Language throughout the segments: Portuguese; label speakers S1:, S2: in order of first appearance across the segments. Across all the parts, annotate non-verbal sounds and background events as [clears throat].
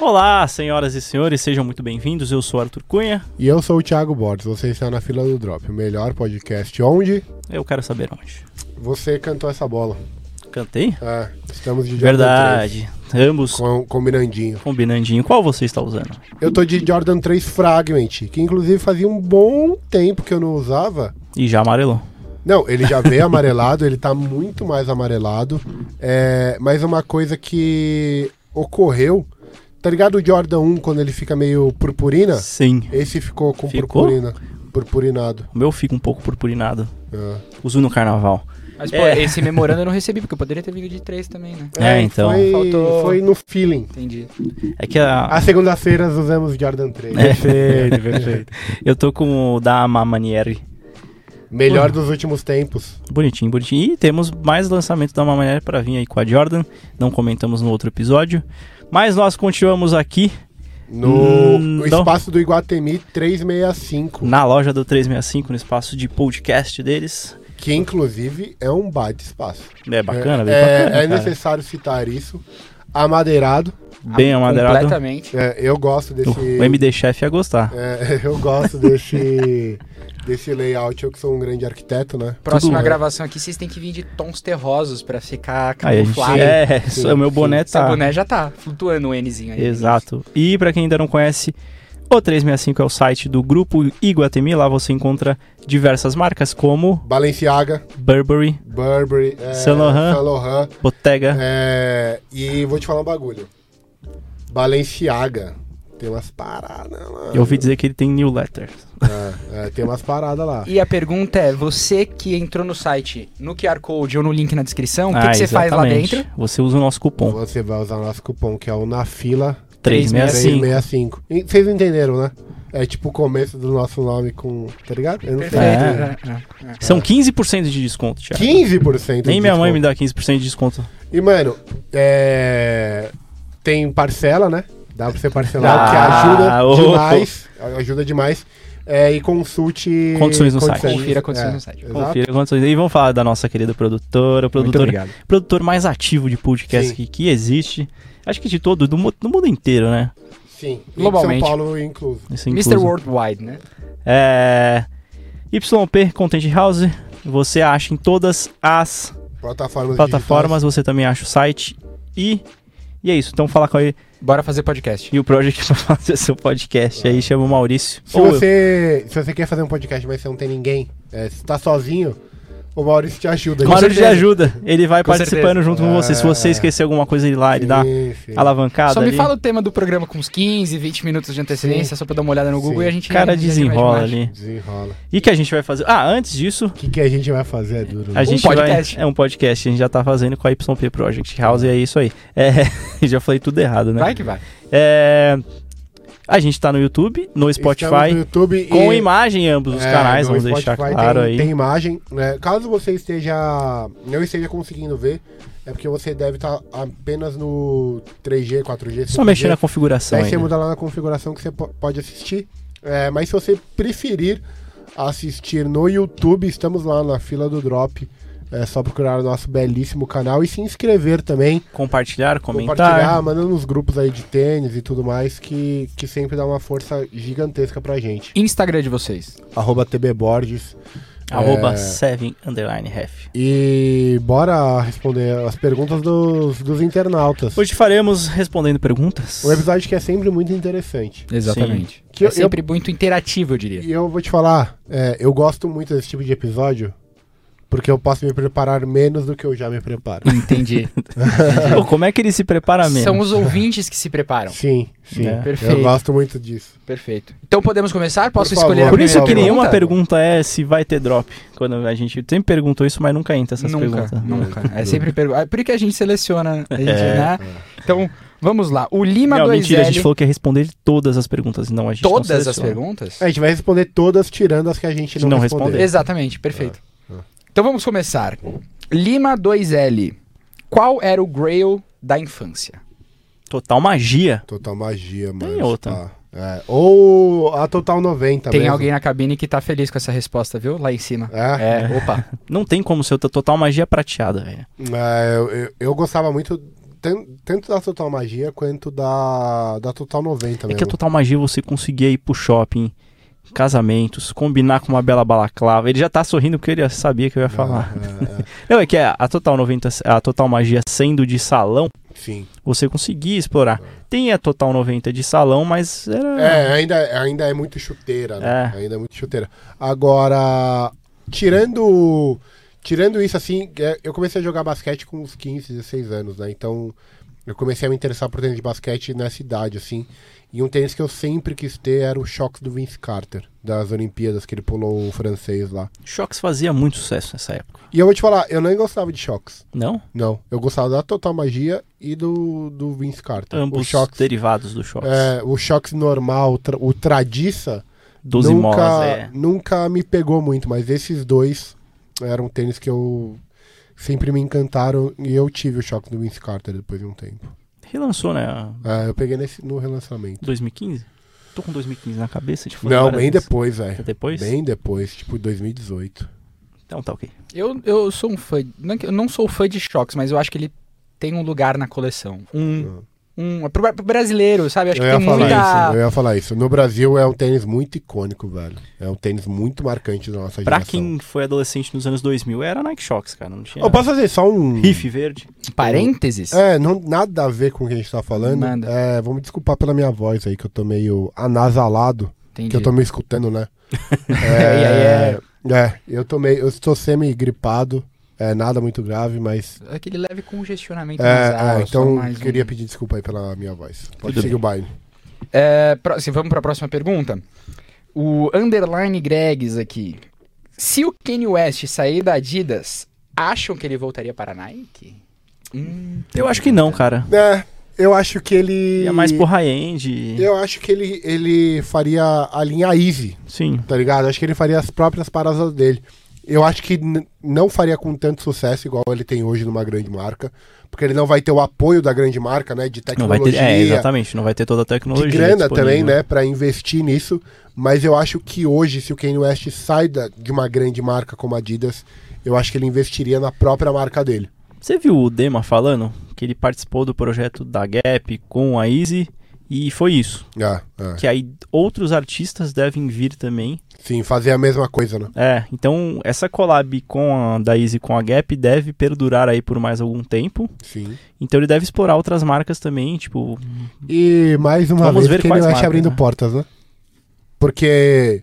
S1: Olá, senhoras e senhores, sejam muito bem-vindos. Eu sou Arthur Cunha.
S2: E eu sou o Thiago Borges, você está na fila do Drop, o melhor podcast onde
S1: Eu quero saber onde.
S2: você cantou essa bola.
S1: Cantei?
S2: É, estamos de Jordan
S1: Verdade. Ambos
S2: 3, com, com o Mirandinho.
S1: combinandinho. Qual você está usando?
S2: Eu tô de Jordan 3 Fragment, que inclusive fazia um bom tempo que eu não usava.
S1: E já amarelou.
S2: Não, ele já veio [laughs] amarelado, ele tá muito mais amarelado. É, mas uma coisa que ocorreu, tá ligado o Jordan 1 quando ele fica meio purpurina?
S1: Sim.
S2: Esse ficou com
S1: Ficou?
S2: purpurina, purpurinado.
S1: O meu fica um pouco purpurinado.
S2: É.
S1: Uso no carnaval.
S3: Mas, pô,
S1: É.
S3: esse memorando eu não recebi, porque eu poderia ter vindo de três também, né?
S1: É, então.
S2: Foi,
S3: Faltou-
S2: foi no feeling.
S3: Entendi.
S1: É que a-
S2: Às segundas-feiras usamos Jordan 3.
S1: É.
S4: Perfeito, perfeito.
S2: Ah.
S1: eu tô com o da Mamanieri.
S2: [laughs] Melhor dos últimos tempos.
S1: Bonitinho, bonitinho. E temos mais lançamento da Mamanieri pra vir aí com a Jordan. Não comentamos no outro episódio. Mas nós continuamos aqui
S2: No
S1: Hum,
S2: no
S1: não.
S2: espaço do Iguatemi 365.
S1: na loja do 365, no espaço de podcast deles.
S2: Que inclusive é um baita espaço.
S1: É bacana, bem
S2: é,
S1: bacana. cara.
S2: é necessário citar isso. Amadeirado.
S1: Bem amadeirado.
S3: Ah, Completamente.
S2: É, eu gosto desse.
S1: O MD Chef ia gostar.
S2: é, [laughs] eu gosto desse. desse layout. Eu que sou um grande arquiteto, né?
S3: Próxima
S2: Tudo, né?
S3: gravação aqui, vocês têm que vir de tons terrosos pra ficar
S1: Aí a gente,
S3: camuflado.
S1: é,
S2: Sim,
S1: só o meu
S2: sim.
S1: boné
S3: Essa
S1: tá.
S3: boné já tá flutuando o Nzinho aí.
S1: Exato. E pra quem ainda não conhece, o 365 é o site do grupo Iguatemi. Lá você encontra diversas marcas como
S2: Balenciaga,
S1: Burberry,
S2: Burberry, é,
S1: Saint Laurent.
S2: Saint Laurent
S1: Bottega.
S2: É, e vou te falar um bagulho. Balenciaga. Tem umas paradas lá.
S1: Eu ouvi dizer que ele tem newsletter.
S2: É, é, tem umas paradas lá.
S3: E a pergunta é, você que entrou no site, no QR Code ou no link na descrição, o que,
S1: Ah,
S3: que você faz lá
S1: exatamente.
S3: dentro?
S1: Você usa o nosso cupom
S2: Você vai usar o nosso cupom, que é o na fila
S1: 365.
S2: 365. E Vocês entenderam, né? É tipo o começo do nosso nome com. Tá ligado? Eu não sei.
S3: É. É.
S1: São 15% de desconto, Thiago.
S2: 15%.
S1: Nem
S2: de
S1: minha mãe me
S2: desconto.
S1: dá 15% de desconto.
S2: E, mano, é, tem parcela, né? Dá pra você parcelar, o que
S1: Ah,
S2: ajuda
S1: ô.
S2: demais. Ajuda demais. É, e consulte. É,
S1: Condições no site.
S3: Confira condições no site.
S2: exato.
S1: Confira quantas E vamos falar da nossa querida produtora, o produtor, produtor mais ativo de podcast
S2: Sim.
S1: que, que existe. Acho que de todo, do, mu- do mundo inteiro, né?
S2: Sim, e
S3: Globalmente.
S2: São Paulo incluso.
S1: Isso
S3: Mr.
S1: incluso.
S3: Worldwide, né?
S1: É. YP Content House. Você acha em todas as
S2: Plataformas.
S1: plataformas. Você também acha o site. E. E é isso. Então fala com ele
S3: Bora fazer podcast.
S1: e o Project [laughs] pra fazer seu podcast. Aí chama o Maurício.
S2: digitais. Se
S1: Ou eu.
S2: você, se você quer fazer um podcast, mas você não tem ninguém, é, se tá sozinho, o Maurício te ajuda.
S1: O Maurício te
S3: certeza.
S1: ajuda. Ele vai
S3: Com
S1: participando
S3: certeza.
S1: junto com você. Se você
S2: É.
S1: esquecer alguma coisa ele lá, ele dá
S2: Sim, sim.
S1: alavancada.
S3: Só me
S1: ali.
S3: fala o tema do programa com uns 15, 20 minutos de antecedência, só pra dar uma olhada no Google
S2: Sim.
S3: e a gente...
S1: O cara
S3: já- já
S1: desenrola
S3: vai demais.
S1: ali.
S2: Desenrola.
S1: E que a gente vai fazer. Ah, antes disso,
S2: O que, que a gente vai fazer, é duro.
S1: A
S2: né?
S1: gente
S3: podcast.
S1: Vai, é um podcast, a gente já tá fazendo com a YP Project House e é isso aí. É, [laughs] já falei tudo errado, né?
S3: Vai que vai.
S1: É, a gente tá no YouTube, no
S2: Estamos no
S1: Spotify,
S2: YouTube
S1: com
S2: e-
S1: imagem em ambos os
S2: é,
S1: canais,
S2: no
S1: vamos deixar
S2: Spotify
S1: claro
S2: tem,
S1: aí.
S2: Tem imagem. né? Caso você esteja. não esteja conseguindo ver, é porque você deve estar apenas no 3G, 4G.
S1: Só mexer na
S2: 5G.
S1: configuração
S2: Daí você
S1: ainda.
S2: muda lá na configuração que você po- pode assistir. É, mas se você preferir assistir no YouTube, estamos lá na fila do Drop. É só procurar o nosso belíssimo canal e se inscrever também.
S1: Compartilhar, comentar.
S2: Compartilhar, mandando nos grupos aí de tênis e tudo mais, que, que sempre dá uma força gigantesca pra gente.
S3: Instagram de vocês.
S2: Arroba TB Borges.
S1: Arroba
S2: É.
S1: 7 underline ref.
S2: E bora responder as perguntas dos, dos internautas.
S1: Hoje faremos respondendo perguntas.
S2: Um episódio que é sempre muito interessante.
S1: Exatamente.
S2: Que
S3: é
S2: eu- eu-
S3: sempre muito interativo,
S1: [laughs]
S3: eu diria.
S2: E eu vou te falar, é, eu gosto muito desse tipo de episódio, porque eu posso me preparar menos do que eu já me preparo.
S3: Entendi.
S1: [laughs] Pô, como é que ele se prepara mesmo?
S3: São os ouvintes que se preparam.
S2: Sim, sim.
S1: É.
S3: Perfeito.
S2: Eu gosto muito disso.
S3: Perfeito. Então podemos começar? Posso
S2: Por favor.
S3: escolher a
S1: Por isso que
S3: primeira
S1: nenhuma pergunta é se vai ter drop. Quando a gente sempre perguntou isso, mas nunca entra essas
S3: Nunca,
S1: perguntas.
S3: nunca. É sempre pergunta. É por isso que a gente seleciona. A gente,
S1: É.
S3: né? Então, vamos lá. O Lima
S1: Não,
S3: 2L.
S1: mentira, a gente falou que ia responder todas as perguntas, não a gente não
S3: todas as
S1: seleciona. É,
S3: perguntas?
S2: A gente vai responder todas, tirando as que a gente não,
S1: Não
S2: respondeu.
S1: responder.
S3: Exatamente, perfeito.
S2: É, é.
S3: Então vamos começar. Lima 2L. Qual era o Grail da infância?
S1: Total magia.
S2: Total magia, mano.
S1: Tem outra.
S2: Tá. É, Ou a Total 90
S3: Tem
S2: mesmo.
S3: alguém na cabine que tá feliz com essa resposta, viu? Lá em cima.
S2: É?
S3: opa.
S2: Tá
S1: Não tem como ser outra total magia prateada, velho.
S2: É, eu, eu- eu gostava muito tan- tanto da Total Magia quanto da, da Total 90
S1: É
S2: mesmo.
S1: que a Total Magia você conseguia ir pro shopping, casamentos, combinar com uma bela balaclava. Ele já tá sorrindo porque ele sabia que eu ia falar.
S2: É, é,
S1: Não, é que a a Total 90, a Total Magia sendo de salão,
S2: é. Sim.
S1: você conseguia explorar. Tem a Total 90 de salão, mas era.
S2: É, ainda, ainda é muito chuteira, né?
S1: É.
S2: Ainda é muito chuteira. Agora, tirando tirando isso, assim, é, eu comecei a jogar basquete com uns 15, 16 anos, né? Então, eu comecei a me interessar por tênis de basquete nessa idade, assim. E um tênis que eu sempre quis ter era o choque do Vince Carter, das Olimpíadas, que ele pulou o francês lá.
S1: Choques fazia muito sucesso nessa época.
S2: E eu vou te falar, eu nem gostava de choques.
S1: Não?
S2: Não, eu gostava da Total Magia e do, do Vince Carter. o
S1: Ambos
S2: Shox,
S1: derivados do Choques.
S2: é, o Shox normal, o tra- o Tradiça,
S1: 12
S2: nunca,
S1: molas, é.
S2: nunca me pegou muito, mas esses dois eram tênis que eu sempre me encantaram e eu tive o choque do Vince Carter depois de um tempo.
S1: Relançou, né?
S2: É, eu peguei nesse, no relançamento.
S1: 2015? Tô com 2015 na cabeça. Tipo,
S2: Não,
S1: várias
S2: bem
S1: vezes.
S2: depois, velho.
S1: Depois?
S2: Bem depois, tipo 2018.
S1: Então tá ok.
S3: Eu, eu sou um fã. Não, é que- eu não sou fã de choques, mas eu acho que ele tem um lugar na coleção. Um. um pro, pro brasileiro, sabe? Acho
S2: Ah. Eu ia,
S3: que tem
S2: falar isso,
S3: muita.
S2: eu ia falar isso. No Brasil é um tênis muito icônico, velho. É um tênis muito marcante da nossa
S1: Pra
S2: geração.
S1: quem foi adolescente nos anos 2000, era Nike Shox, cara. Não tinha.
S2: Eu posso fazer só um...
S1: Riff verde.
S3: Parênteses?
S2: É, não, nada a ver com o que a gente tá falando.
S3: Nada.
S2: É, vou me desculpar pela minha voz aí, que eu tô meio anasalado.
S3: Entendi.
S2: Que eu tô me
S1: [laughs]
S2: escutando, né?
S3: E aí
S2: é, eu tomei, eu estou semi-gripado, é nada muito grave, mas.
S3: Aquele leve congestionamento
S2: É,
S3: nasal.
S1: ah,
S2: é,
S3: só
S2: então
S3: um mais um-
S2: queria pedir desculpa aí pela minha voz. Pode
S1: Tudo
S2: seguir
S1: bem.
S2: o baile.
S3: É, pró- se vamos para a próxima pergunta. O underline Gregs aqui. Se o Kanye West sair da Adidas, acham que ele voltaria para a Nike? Hum,
S1: Eu acho que não, cara.
S2: É, eu acho que ele.
S1: É mais por high-end.
S2: Eu acho que ele, ele faria a linha Easy,
S1: Sim.
S2: tá ligado? Acho que ele faria as próprias paradas dele. Eu acho que n- não faria com tanto sucesso igual ele tem hoje numa grande marca, porque ele não vai ter o apoio da grande marca, né? De
S1: Não
S2: tecnologia.
S1: vai ter, é, exatamente. Não vai ter toda a tecnologia.
S2: de grana
S1: disponível.
S2: também, né, Pra investir nisso. Mas eu acho que hoje, se o Kanye West sai da- de uma grande marca como a Adidas, eu acho que ele investiria na própria marca dele.
S1: Você viu o Dema falando que ele participou do projeto da Gap com a Easy e foi isso.
S2: Ah, ah.
S1: Que aí outros artistas devem vir também.
S2: Sim, fazer a mesma coisa, né?
S1: É, então essa collab com a, da Easy com a Gap deve perdurar aí por mais algum tempo.
S2: Sim.
S1: Então ele deve explorar outras marcas também, tipo,
S2: E mais uma
S1: Vamos
S2: vez,
S1: ver
S2: Kanye
S1: quais
S2: West
S1: marcas,
S2: abrindo
S1: né?
S2: portas, né? Porque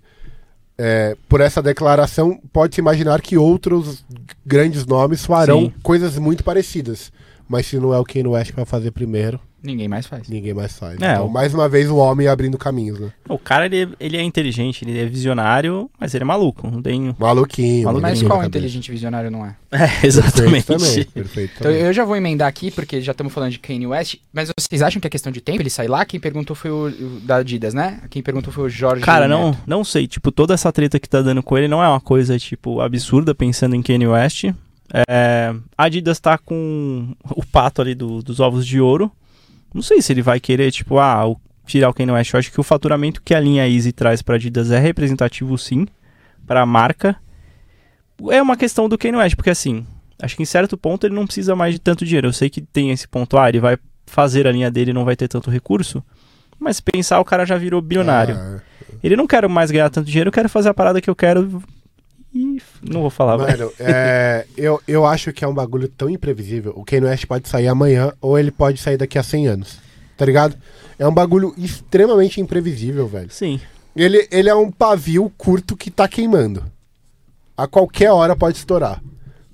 S2: é, por essa declaração, pode-se imaginar que outros grandes nomes farão
S1: Sim.
S2: coisas muito parecidas. Mas se não é o Kanye West pra fazer primeiro,
S3: Ninguém mais faz.
S2: ninguém mais faz.
S1: É,
S2: então,
S1: o-
S2: mais uma vez, o homem abrindo caminhos, né?
S1: o cara ele, ele é inteligente, ele é visionário, mas ele é maluco, não tem... [laughs]
S2: Maluquinho.
S1: Maluquinho.
S3: Mas
S2: maluquinho
S3: qual
S2: da cabeça.
S3: inteligente visionário não é?
S1: É,
S2: Perfeito
S1: exatamente.
S2: também, perfeito
S3: Então
S2: também.
S3: eu já vou emendar aqui, porque já estamos falando de Kanye West, mas vocês acham que é questão de tempo ele sair lá? Quem perguntou foi o, o da Adidas, né? Quem perguntou foi o Jorge.
S1: Cara, não,
S3: Neto.
S1: não sei. Tipo, toda essa treta que tá dando com ele não é uma coisa, tipo, absurda pensando em Kanye West. É, a Adidas tá com o pato ali do- dos ovos de ouro. Não sei se ele vai querer, tipo, ah, o- tirar o Kanye West. Eu acho que o faturamento que a linha Easy traz pra Adidas é representativo, sim, pra marca. É uma questão do Kanye West, porque assim, acho que em certo ponto ele não precisa mais de tanto dinheiro. Eu sei que tem esse ponto, ah, ele vai fazer a linha dele e não vai ter tanto recurso. Mas pensar, o cara já virou bilionário.
S2: Ah,
S1: Ele não quero mais ganhar tanto dinheiro, eu quero fazer a parada que eu quero. E f- não vou falar, velho.
S2: mano, é, eu, eu acho que é um bagulho tão imprevisível. O Kanye West pode sair amanhã ou ele pode sair daqui a 100 anos. Tá ligado? É um bagulho extremamente imprevisível, velho.
S1: Sim.
S2: Ele, ele é um pavio curto que tá queimando. A qualquer hora pode estourar.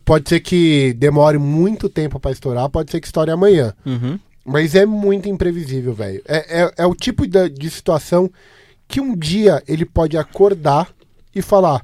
S2: Pode ser que demore muito tempo pra estourar, pode ser que estoure amanhã.
S1: Uhum.
S2: Mas é muito imprevisível, velho. É, é, é o tipo da- de, situação que um dia ele pode acordar e falar: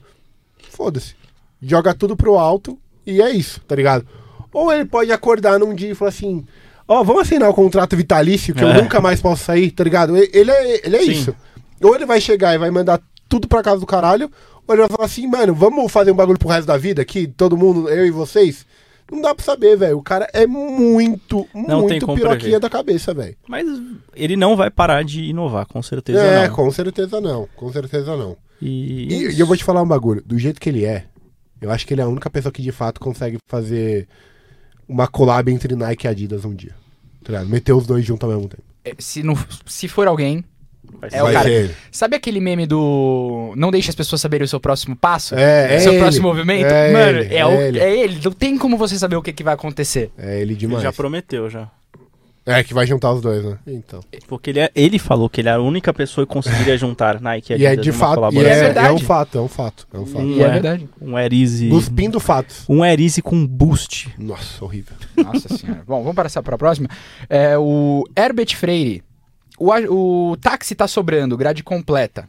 S2: foda-se, joga tudo pro alto e é isso, tá ligado? Ou ele pode acordar num dia e falar assim: ó, vamos assinar o contrato vitalício que eu
S1: É.
S2: nunca mais posso sair, tá ligado? E- Ele é, ele é
S1: Sim.
S2: isso. Ou ele vai chegar e vai mandar tudo pra casa do caralho, ou ele vai falar assim: mano, vamos fazer um bagulho pro resto da vida aqui, todo mundo, eu e vocês. Não dá pra saber, velho. O cara é muito,
S1: Não tem
S2: muito
S1: como
S2: piroquinha
S1: prever.
S2: da cabeça, velho.
S1: Mas ele não vai parar de inovar, com certeza
S2: É,
S1: não.
S2: com certeza não. Com certeza não.
S1: E...
S2: E, e eu vou te falar um bagulho. Do jeito que ele é, eu acho que ele é a única pessoa que de fato consegue fazer uma collab entre Nike e Adidas um dia. Tá ligado? Meter os dois juntos ao mesmo tempo.
S3: É, Se, não, se for alguém.
S1: Vai
S3: É o
S2: Vai
S3: cara.
S2: ser ele.
S3: Sabe aquele meme do. Não deixe as pessoas saberem o seu próximo passo?
S2: É, é
S3: o seu
S2: ele.
S3: próximo movimento?
S2: É
S3: Mano,
S2: ele,
S3: é,
S2: é
S3: o,
S2: ele.
S3: é ele. Não tem como você saber o que, que vai acontecer.
S2: É ele
S1: Ele
S2: demais.
S1: já prometeu, já.
S2: É, que vai juntar os dois, né? Então.
S1: Porque ele, é- ele falou que ele era a única pessoa que
S2: [laughs]
S1: conseguiria juntar Nike e
S2: E é
S1: Adidas
S2: de
S1: numa
S2: fato. E é,
S1: colaboração.
S3: É
S2: é,
S3: verdade.
S2: um fato, é um fato. É um fato.
S1: Hum.
S3: E é,
S1: É.
S3: verdade.
S1: Um Erize...
S2: Cuspindo fatos.
S1: Um Erize com boost.
S2: Nossa, horrível.
S3: Nossa [laughs] senhora. Bom, vamos passar para a próxima. É, o Herbert Freire. O, a- o táxi tá sobrando, grade completa.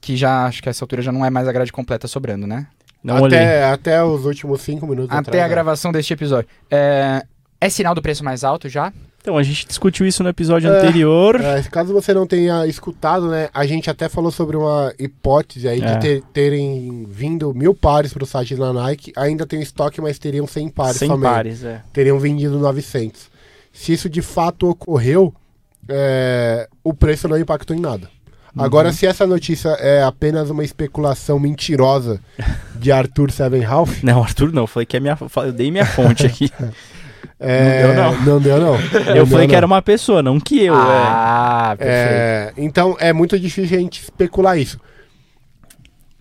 S3: Que já, acho que a essa altura já não é mais a grade completa sobrando, né?
S1: Não olhei.
S2: até, até os últimos cinco minutos
S3: Até a
S2: atrás, né?
S3: gravação deste episódio. É, é sinal do preço mais alto já?
S1: Então, a gente discutiu isso no episódio
S2: É.
S1: anterior. [laughs]
S2: É, caso você não tenha escutado, né? A gente até falou sobre uma hipótese aí
S1: É.
S2: de ter- terem vindo mil pares pro site da Nike. Ainda tem estoque, mas teriam 100 pares
S1: sem
S2: somente.
S1: pares, é.
S2: Teriam vendido 900. Se isso de fato ocorreu, é, o preço não impactou em nada.
S1: Uhum.
S2: Agora, se essa notícia é apenas uma especulação mentirosa de Arthur Sevenhalf,
S1: Não, Arthur não. Eu falei que é minha... Eu dei minha
S2: [laughs]
S1: fonte aqui.
S2: é,
S1: deu, não.
S2: Não deu, não. Não
S1: eu
S2: deu,
S1: falei que
S2: não.
S1: era uma pessoa, não que eu. é.
S3: ah, perfeito.
S2: É, então é muito difícil a gente especular isso.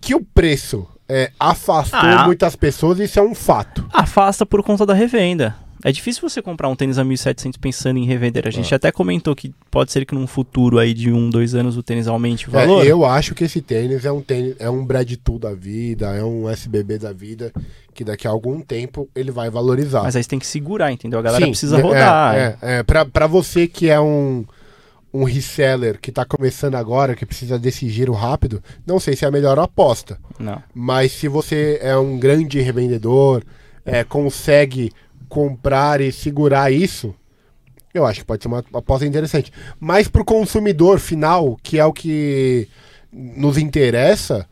S2: Que o preço é, afastou
S1: Ah.
S2: muitas pessoas, isso é um fato.
S1: Afasta por conta da revenda. É difícil você comprar um tênis a 1.700 pensando em revender. A gente até comentou que pode ser que num futuro aí de um, dois anos o tênis aumente o
S2: É,
S1: valor.
S2: eu acho que esse tênis é um tênis, é um Brad Tool da vida, é um SBB da vida, que daqui a algum tempo ele vai valorizar.
S1: Mas aí você tem que segurar, entendeu? A galera
S2: Sim,
S1: precisa
S2: é,
S1: rodar.
S2: É, é, pra, pra você que é um, um reseller que tá começando agora, que precisa desse giro rápido, não sei se é a melhor aposta.
S1: Não.
S2: Mas se você é um grande revendedor, é, consegue comprar e segurar isso, eu acho que pode ser uma aposta interessante. Mas para o consumidor final, que é o que nos interessa,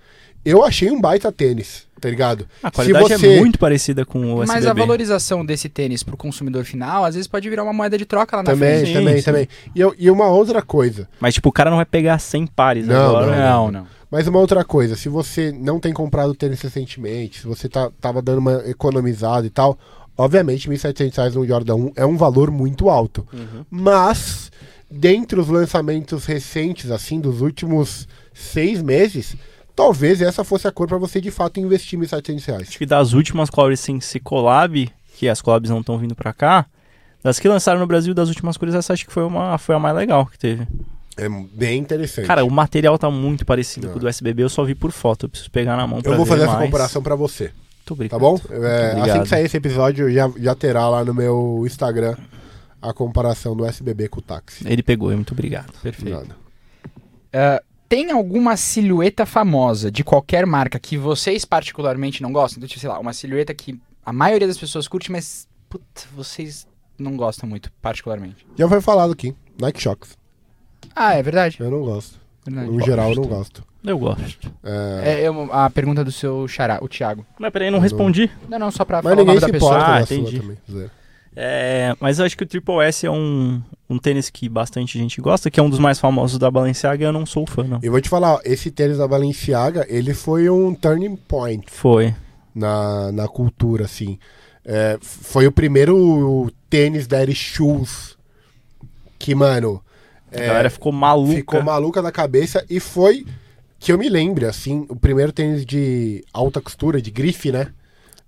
S2: eu achei um baita tênis, tá ligado?
S1: A qualidade
S2: se você
S1: é muito parecida com o
S3: Mas
S1: SBB.
S3: a valorização desse tênis pro consumidor final, às vezes pode virar uma moeda de troca lá na
S2: Também,
S3: frente.
S1: Sim,
S2: também,
S1: sim.
S2: também. E, eu- e uma outra coisa,
S1: Mas, tipo, o cara não vai pegar 100 pares
S2: Não,
S1: agora.
S3: Não, não.
S2: mas uma outra coisa, se você não tem comprado tênis recentemente, se você tá, tava dando uma economizada e tal, obviamente R$ 1.700 reais no Jordan 1 é um valor muito alto.
S1: Uhum.
S2: Mas, dentre os lançamentos recentes, assim, dos últimos seis meses, talvez essa fosse a cor para você de fato investir em 1.700 reais.
S1: Acho que das últimas cores sem se collab, que as collabs não estão vindo pra cá, das que lançaram no Brasil, das últimas cores, essa acho que foi, uma, foi a mais legal que teve.
S2: É bem interessante.
S1: Cara, o material tá muito parecido
S2: É.
S1: com o do SBB, eu só vi por foto, eu preciso pegar na mão pra
S2: eu vou
S1: ver
S2: fazer essa
S1: mais.
S2: comparação para você,
S1: Muito obrigado.
S2: tá bom? É,
S1: Muito
S2: assim
S1: obrigado.
S2: que sair esse episódio, já, já terá lá no meu Instagram a comparação do SBB com o táxi.
S1: Ele pegou, é muito obrigado.
S3: Perfeito.
S2: Nada.
S3: Ah, tem alguma silhueta famosa de qualquer marca que vocês particularmente não gostam? Então, tipo, sei lá, uma silhueta que a maioria das pessoas curte, mas putz, vocês não gostam muito, particularmente.
S2: Já foi falado aqui, Nike Shocks.
S3: Ah, é verdade.
S2: Eu não gosto.
S3: verdade.
S2: No geral, eu não gosto.
S1: Eu gosto.
S2: É,
S3: É, é uma- a pergunta do seu xará, o Thiago.
S1: Mas peraí, não respondi.
S3: Não, não, só pra
S2: Mas
S3: falar o nome
S2: ninguém
S3: da
S2: se
S3: pessoa.
S2: importa
S1: Ah,
S2: da sua
S1: entendi.
S2: também. Zé.
S1: É, mas eu acho que o Triple S é um, um tênis que bastante gente gosta, que é um dos mais famosos da Balenciaga, eu não sou fã, não.
S2: Eu vou te falar, ó, esse tênis da Balenciaga, ele foi um turning point
S1: Foi.
S2: na, na cultura, assim. É, f- foi o primeiro tênis da Air Shoes que, mano,
S1: A galera ficou maluca.
S2: É, ficou maluca da cabeça e foi, que eu me lembro, assim, o primeiro tênis de alta costura, de grife, né?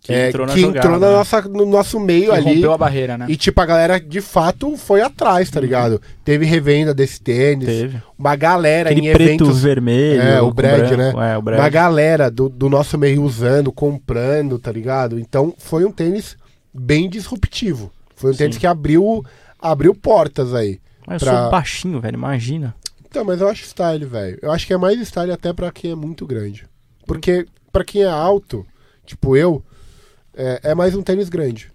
S1: Que
S2: É,
S1: entrou na
S2: que
S1: jogada,
S2: entrou na
S1: né?
S2: nossa, no nosso meio
S3: Que
S2: ali.
S3: rompeu a barreira, né?
S2: E, tipo, a galera, de fato, foi atrás, tá ligado? Teve revenda desse tênis.
S1: Uhum. Teve.
S2: Uma galera
S1: Aquele
S2: em
S1: preto
S2: eventos
S1: vermelho.
S2: É, o
S1: com
S2: Brad,
S1: branco.
S2: né?
S1: É, o
S2: uma
S1: Brad.
S2: galera do, do nosso meio usando, comprando, tá ligado? Então foi um tênis bem disruptivo. Foi um tênis
S1: Sim.
S2: que abriu, abriu portas aí.
S1: Mas eu
S2: pra-
S1: sou baixinho, velho, imagina.
S2: Então, mas eu acho style, velho. Eu acho que é mais style até pra quem é muito grande. Porque pra quem é alto, tipo eu, é, é mais um tênis grande,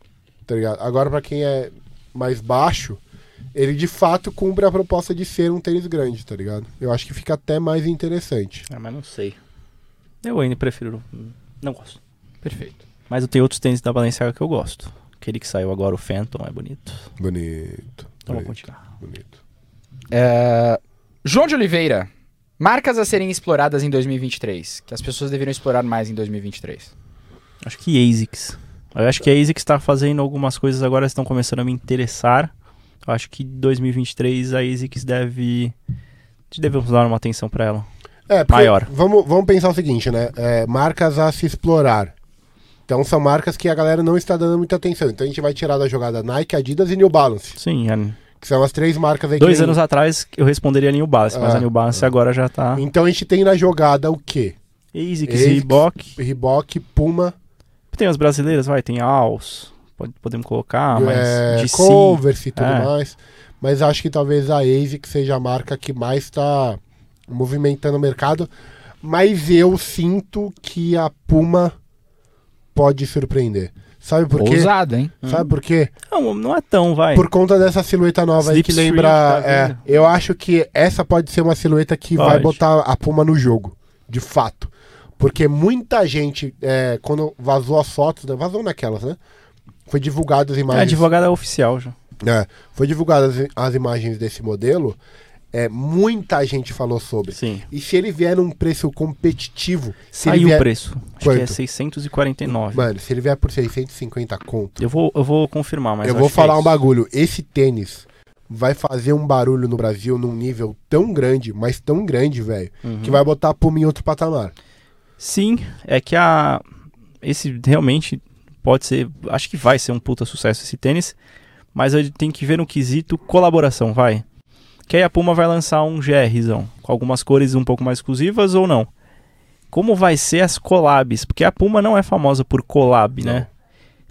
S2: tá ligado? Agora pra quem é mais baixo, ele de fato cumpre a proposta de ser um tênis grande, tá ligado? Eu acho que fica até mais interessante.
S1: Ah, mas não sei. Eu ainda prefiro. Não gosto.
S3: Perfeito.
S1: Mas eu tenho outros tênis da Balenciaga que eu gosto. Aquele que saiu agora, o Phantom, é bonito.
S2: Bonito.
S1: Então vamos
S2: bonito,
S1: continuar.
S2: bonito.
S3: É, João de Oliveira. Marcas a serem exploradas em 2023. Que as pessoas deveriam explorar mais em 2023.
S1: Acho que ASICS. Eu acho que a ASICS tá fazendo algumas coisas agora, estão começando a me interessar. Eu acho que em 2023 a ASICS deve. Devemos dar uma atenção pra ela.
S2: É, porque
S1: Maior.
S2: Vamos, vamos pensar o seguinte, né? É, marcas a se explorar. Então são marcas que a galera não está dando muita atenção. Então a gente vai tirar da jogada Nike, Adidas e New Balance,
S1: Sim, a-
S2: É que são as três marcas aí
S1: dois
S2: que
S1: anos atrás eu responderia a New Balance, mas
S2: É.
S1: a New Balance agora já tá.
S2: Então a gente tem na jogada o quê?
S1: ASICS,
S2: ASICS.
S1: Reebok.
S2: Reebok, Puma,
S1: Tem as brasileiras, vai, tem Als. pode- Podemos colocar, Ah, mas.
S2: é,
S1: DC.
S2: Converse e tudo
S1: É.
S2: mais. Mas acho que talvez a ASICS seja a marca que mais está movimentando o mercado. Mas eu sinto que a Puma pode surpreender. Sabe por quê?
S3: Ousado, hein?
S2: Sabe por quê?
S1: Não, não é tão, vai.
S2: Por conta dessa silhueta nova aí que
S1: Slipstream
S2: lembra.
S1: tá
S2: é,
S1: vindo.
S2: eu acho que essa pode ser uma silhueta que vai
S1: Pode.
S2: botar a Puma no jogo, de fato. Porque muita gente, é, quando vazou as fotos, né, vazou naquelas, né? Foi divulgado as
S1: A
S2: imagens.
S1: advogada é oficial já.
S2: né, foi divulgadas as, as imagens desse modelo. É, muita gente falou sobre.
S1: Sim.
S2: E se ele vier num preço competitivo, se ele
S1: Saiu o
S2: vier,
S1: preço. Acho que é
S2: Quanto?
S1: 649.
S2: mano, se ele vier por 650 conto,
S1: Eu vou, eu vou confirmar, mas
S2: eu
S1: acho
S2: vou
S1: que é
S2: falar um
S1: isso.
S2: bagulho. Esse tênis vai fazer um barulho no Brasil num nível tão grande, mas tão grande, velho,
S1: Uhum.
S2: que vai botar a Puma em outro patamar.
S1: Sim, é que a esse realmente pode ser, acho que vai ser um puta sucesso esse tênis, mas eu tenho que ver no quesito colaboração, vai. Que aí a Puma vai lançar um GRzão, com algumas cores um pouco mais exclusivas ou não. Como vai ser as collabs? Porque a Puma não é famosa por collab, né?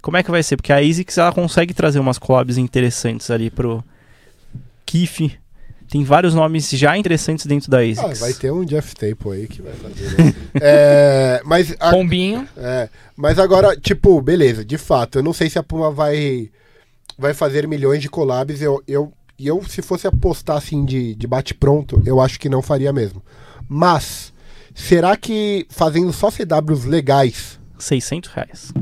S1: Como é que vai ser? Porque a ASICS ela consegue trazer umas collabs interessantes ali pro Kif. Tem vários nomes já interessantes dentro da ASICS.
S2: Ah, vai ter um Jeff Staple aí que vai fazer. né? [laughs] É, mas, a-
S3: Pombinho.
S2: é, mas agora, tipo, beleza, de fato, eu não sei se a Puma vai, vai fazer milhões de collabs. Eu, eu, e eu, se fosse apostar assim de, de bate-pronto, eu acho que não faria mesmo. Mas, será que fazendo só CWs legais
S1: 600 reais.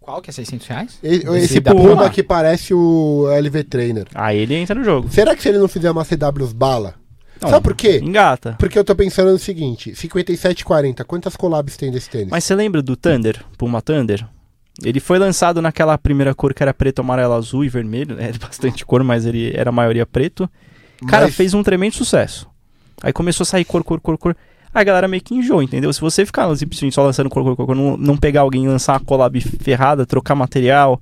S3: Qual que é 600 reais?
S2: E- Esse,
S3: Esse da
S2: Puma,
S3: Puma.
S2: que parece o LV Trainer.
S1: Aí ele entra no jogo.
S2: Será que se ele não fizer uma CWs bala?
S1: Não,
S2: Sabe por quê?
S1: Engata.
S2: Porque eu tô pensando no seguinte: 57,40. Quantas collabs tem desse tênis?
S1: Mas você lembra do Thunder? Puma Thunder? Ele foi lançado naquela primeira cor que era preto, amarelo, azul e vermelho. né? [laughs] Era bastante cor, mas ele era a maioria preto. Cara,
S2: Mas-
S1: fez um tremendo sucesso. Aí começou a sair cor, cor, cor, cor. Aí a galera meio que enjoa, entendeu? Se você ficar simplesmente só lançando cor, cor, cor, cor, não, não pegar alguém e lançar uma collab ferrada, trocar material,